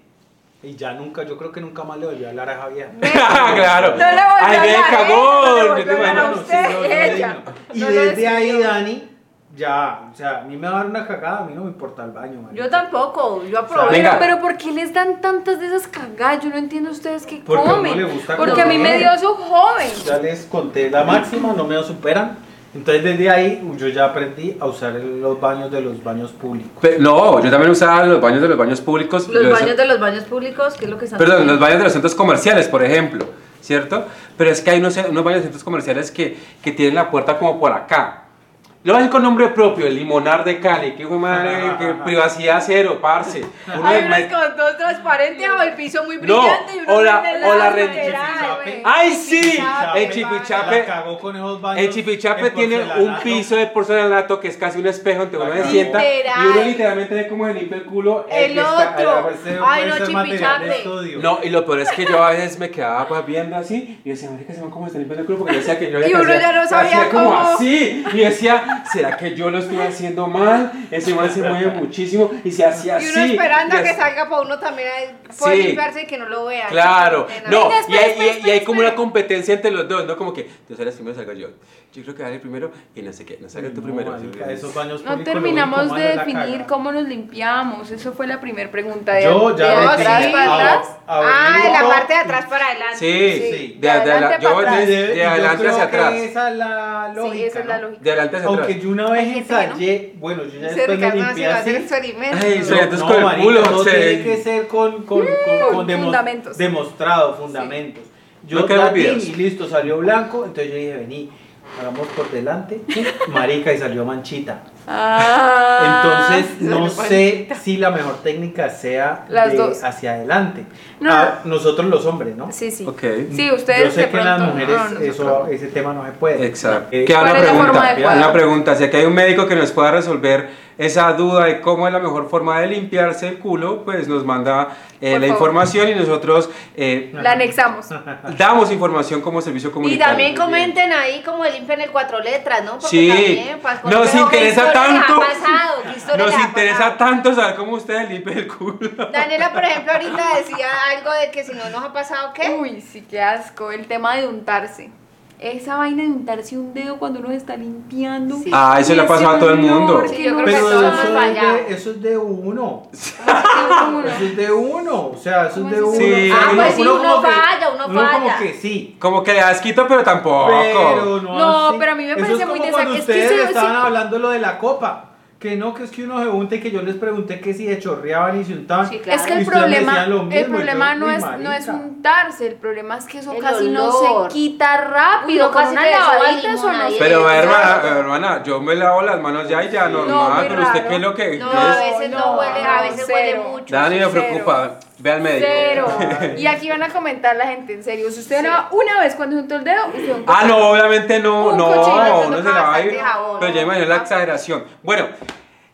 S3: Y ya nunca, yo creo que nunca más le volví a hablar a Javier.
S2: claro.
S1: No le volvió a
S2: Ay, ve,
S1: hablar, ¿eh? No le
S2: cagón.
S1: volvió
S2: ¿qué te
S1: a hablar a
S2: imaginas?
S1: usted, ella.
S3: Y
S1: No lo
S3: desde ahí,
S1: decidió.
S3: Dani, ya, o sea, a mí me va a dar una cagada, a mí no me importa el baño, marica.
S1: Yo tampoco, yo aprobé.
S2: Venga.
S4: Pero, pero ¿por qué les dan tantas de esas cagadas? Yo no entiendo ustedes qué
S3: Porque a uno
S4: comen.
S3: le gusta
S4: Porque a mí
S3: comer.
S4: me dio eso joven.
S3: Ya les conté la máxima, no me lo superan. Entonces desde ahí yo ya aprendí a usar el- los baños de los baños públicos.
S2: Pe- No, yo también usaba los baños de los baños públicos.
S1: Los baños de los baños públicos, ¿qué es lo que están
S2: Perdón, los
S1: haciendo?
S2: baños de los centros comerciales, por ejemplo, ¿cierto? Pero es que hay unos, unos baños de centros comerciales que, que tienen la puerta como por acá. Lo hacen con nombre propio, el limonar de Cali. Qué güey madre,
S3: Ajá,
S2: que
S3: ajá.
S2: privacidad cero, parce. Uno
S1: Hay
S2: de
S1: unos
S2: ma-
S1: con dos transparentes o el piso muy
S2: No,
S1: brillante y uno
S2: o la-
S1: muy
S2: o la
S1: delgado,
S2: red-
S1: lateral, güey.
S2: ¡Ay, sí! El
S1: Chipichape,
S3: La
S2: chipichape.
S3: cagó con esos baños
S2: El chipichape
S3: en
S2: tiene un
S3: porcelanato.
S2: piso de porcelanato que es casi un espejo donde
S3: La
S2: uno se
S3: cagó.
S2: sienta y uno
S1: Literal.
S2: literalmente ve cómo se limpia el culo
S1: El
S2: que está allá
S1: otro.
S2: abajo.
S3: Ese
S1: Ay,
S3: puede
S1: no,
S3: ser material de
S1: chipichape.
S3: estudio.
S2: No, y lo peor es que yo a veces me quedaba pues, viendo así y decía, marica, se van como está limpiando el culo porque yo decía que yo había
S1: Y
S2: que
S1: uno
S2: hacer-
S1: ya no
S2: lo
S1: sabía
S2: hacía como
S1: cómo.
S2: así y decía, ¿será que yo lo estoy haciendo mal? Ese man se mueve muchísimo y se hacía así.
S1: Y uno esperando
S2: y
S1: a que
S2: así.
S1: salga para uno también a poder
S2: Sí.
S1: limpiarse y que no lo vean.
S2: Claro,
S1: De nada.
S2: no,
S4: Venga,
S2: y
S4: espera,
S2: hay,
S4: espera,
S2: y- y
S4: espera,
S2: hay como
S4: espera.
S2: una competencia entre los dos, ¿no? Como que tú sales primero, salgo yo. Yo creo que dale primero y no sé qué, no salga tú
S3: No,
S2: primero.
S3: marica, esos baños
S4: No
S3: públicos lo
S4: terminamos
S3: único
S4: de
S3: malo es la
S4: definir
S3: caga.
S4: cómo nos limpiamos. Eso fue la primera pregunta. de-
S3: Yo ya
S4: de
S1: ¿De
S3: me
S4: atrás
S3: metí
S4: para
S3: a-
S4: atrás.
S3: a
S1: Ah, de la
S3: Orlando.
S1: parte de atrás para adelante.
S2: Sí,
S3: Sí.
S2: de, de,
S4: adelante
S2: yo
S4: para atrás.
S2: de,
S3: Y de-
S2: de
S3: y yo
S2: adelante
S3: creo
S2: hacia
S3: que
S2: atrás.
S3: Esa es la lógica.
S4: sí, esa es la
S3: ¿no?
S4: lógica.
S2: De adelante hacia atrás.
S3: Aunque yo una vez
S4: gente que no.
S3: ensayé, bueno, yo ya
S1: Ese
S3: después me
S1: Ricardo no
S3: limpié
S1: se va a hacer
S3: así.
S1: experimentos.
S2: Ay,
S3: No,
S2: soy entonces con el
S3: marica,
S2: culo,
S3: no
S2: se-
S3: tiene que ser con, con, con, con
S4: Con
S3: demo-
S4: Mm, fundamentos.
S3: demostrado, fundamentos. Yo
S2: No queremos
S3: la di
S2: videos.
S3: y listo, salió blanco, entonces yo dije, vení, hagamos por delante, marica, y salió manchita.
S4: Ah.
S3: Entonces, no sé si la mejor técnica sea
S4: Las
S3: de
S4: dos.
S3: hacia adelante.
S4: No.
S3: Ah, nosotros los hombres, ¿no?
S4: Sí, sí.
S2: Ok.
S4: Sí, ustedes
S3: Yo sé
S4: de
S3: que en las
S4: pronto,
S3: mujeres
S4: no, no,
S3: eso-
S4: nosotros.
S3: ese tema no se puede.
S2: Exacto.
S3: Eh,
S2: Que
S4: ¿Cuál
S2: una
S4: es la forma
S2: pregunta,
S4: adecuada?
S2: una pregunta. Si aquí hay un médico que nos pueda resolver esa duda de cómo es la mejor forma de limpiarse el culo, pues nos manda
S4: Por
S2: eh, la
S4: favor.
S2: información y nosotros eh,
S4: La anexamos.
S2: damos información como servicio
S1: Y
S2: comunitario.
S1: también comenten ahí cómo limpian el cuatro letras, ¿no? Porque
S2: Sí.
S1: también, pues, con-
S2: Nos
S1: pero ¿qué
S2: interesa
S1: historia les
S2: tanto.
S1: Ha pasado? ¿Qué historia les
S2: Nos
S1: ha
S2: interesa
S1: pasado?
S2: tanto saber cómo ustedes limpian el culo.
S1: Daniela, por ejemplo, ahorita decía algo de que si no nos ha pasado, ¿qué?
S4: Uy, sí, qué asco. El tema de untarse. Esa vaina de untarse un dedo cuando uno se está limpiando.
S1: Sí.
S2: Ah, eso
S4: Y
S2: le ha
S4: ese
S2: pasado a todo el
S4: olor
S2: mundo.
S4: que
S1: Sí, yo
S4: no
S1: creo que
S3: Pero
S1: todos
S4: sabe.
S1: hemos
S3: eso es,
S1: fallado.
S3: de, eso es de uno.
S4: Uno.
S3: Eso es de uno. O sea, eso es de
S4: ¿Cómo
S3: uno.
S4: así?
S2: Sí. Ah, pues
S1: sí, uno
S3: como que-
S1: falla, uno
S3: como
S1: falla.
S3: que sí.
S2: Como que le das quito, pero tampoco.
S3: Pero no,
S4: No,
S3: así.
S4: pero a mí me
S3: Eso
S4: parece
S3: es
S4: muy
S3: como cuando
S4: desac- es que
S3: ustedes
S4: eso-
S3: estaban
S4: sí.
S3: hablando lo de la copa. que no, que es que uno se unta y que yo les pregunté que si se chorreaban y se untaban.
S1: Sí,
S4: Es que
S1: Claro.
S3: Y
S4: el
S3: ustedes me
S4: problema,
S3: decían lo
S4: el
S3: mismo, y
S4: problema
S3: yo,
S4: no,
S3: uy,
S4: es, no es
S3: marica.
S4: untarse, el problema es que eso
S1: El
S4: casi no
S1: olor.
S4: se quita rápido.
S1: Uy, no,
S4: con
S1: casi
S4: una
S1: te desoba
S4: lavadita eso
S1: limón
S4: no
S1: ahí.
S4: se
S2: Pero
S1: Sí,
S2: hermana,
S1: claro.
S2: hermana, yo me lavo las manos ya y ya,
S4: No,
S2: normal,
S4: muy
S2: pero usted
S4: raro.
S2: qué es lo que
S1: No,
S2: es?
S1: a veces no,
S4: No,
S1: huele, a veces huele
S4: cero.
S1: mucho.
S2: Dani me
S4: cero.
S2: preocupa, ve al médico.
S4: Cero. Y aquí van a comentar la gente, en serio. Si usted lava una vez cuando juntó el dedo, usted un
S2: Ah, no, obviamente no,
S4: Un
S2: no,
S4: cuchillo,
S2: uno
S1: eso
S2: se la va a ir.
S1: toca bastante jabón,
S2: Pero ya
S1: ¿no?
S2: imagino la exageración. Bueno,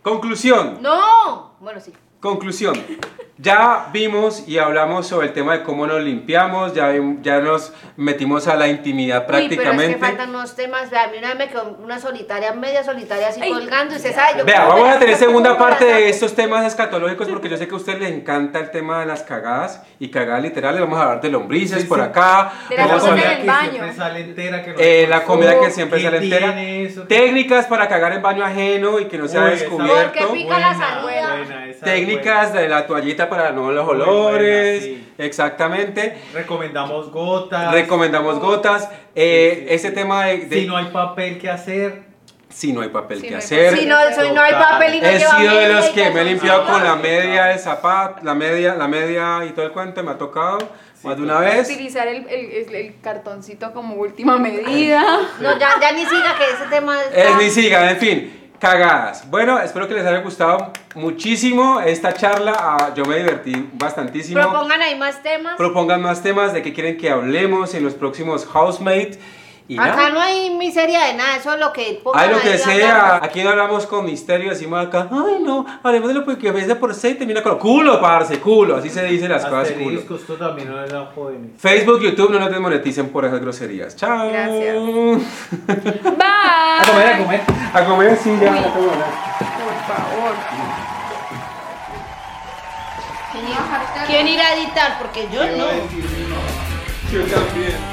S2: conclusión.
S1: No. Bueno, sí.
S2: Conclusión. Ya vimos y hablamos sobre el tema de cómo nos limpiamos, ya, vim- ya nos metimos a la intimidad
S1: Uy, pero es
S2: prácticamente.
S1: que faltan unos temas. Vea, a mí una vez me quedó una solitaria, media solitaria así
S4: Ay.
S1: colgando. Y usted sabe, yo
S2: Vea,
S1: creo
S2: vamos
S1: que-
S2: a tener segunda parte de estos temas escatológicos porque yo sé que a usted le encanta el tema de las cagadas y cagadas literales. Vamos a hablar de lombrices
S3: Sí,
S2: por
S3: sí.
S2: acá.
S4: De las
S2: vamos a
S4: cosas
S2: hablar-
S4: en el baño.
S3: siempre sale entera, que no
S2: Eh,
S3: se
S2: la
S3: cortó,
S2: comida que siempre
S3: Oh, ¿qué
S2: sale entera.
S3: tiene eso?
S2: Técnicas para cagar en baño ajeno y que no sea
S3: Uy, esa
S2: descubierto.
S1: Porque pica la
S3: buena,
S1: salida.
S3: buena, esa es
S2: Técnicas de la toallita para no los
S3: Muy buena,
S2: olores.
S3: sí.
S2: Exactamente.
S3: buena. Recomendamos gotas.
S2: Recomendamos gotas. Eh,
S3: Sí, sí,
S2: ese
S3: sí.
S2: tema de, de-
S3: Si no hay papel que hacer.
S2: si no hay papel
S4: Si
S2: que
S4: no hay
S2: hacer.
S1: Si no, soy, no hay
S3: Total.
S1: papel y no
S2: este He
S1: lleva
S2: sido de
S1: media
S2: los
S1: y
S2: que me he
S1: calzón.
S2: limpiado con la
S3: claro.
S2: media del zapato, la media, la media y todo el cuento me ha tocado
S3: Sí,
S2: más de una
S3: claro.
S2: vez.
S4: utilizar el, el- el- el cartoncito como última medida.
S1: No, ya, ya ni siga que ese tema
S2: Es
S1: está-
S2: mi siga, en fin, cagadas. Bueno, espero que les haya gustado muchísimo esta charla. ah, yo me divertí bastantísimo.
S1: Propongan ahí más temas.
S2: Propongan más temas de que quieren que hablemos en los próximos Housemates. Y
S1: Acá
S2: nada.
S1: no hay miseria de nada, eso es lo que pongan
S2: Hay lo
S1: ahí,
S2: que
S1: la
S2: sea,
S1: verdad.
S2: aquí no hablamos con misterio, decimos acá, ay no, hablemos de lo que empieza por C y termina con culo, parce, culo, así se dicen las cosas, culo.
S3: Asterisco, esto también no era jóvenes.
S2: Facebook, YouTube, no nos desmoneticen por esas groserías. Chao.
S4: Gracias.
S3: A
S4: Bye.
S3: comer, a comer.
S2: A comer, sí, ya. ya tengo ganas.
S4: Por favor.
S1: ¿Quién irá a editar? Porque yo no.
S6: decir, no.
S2: Yo también.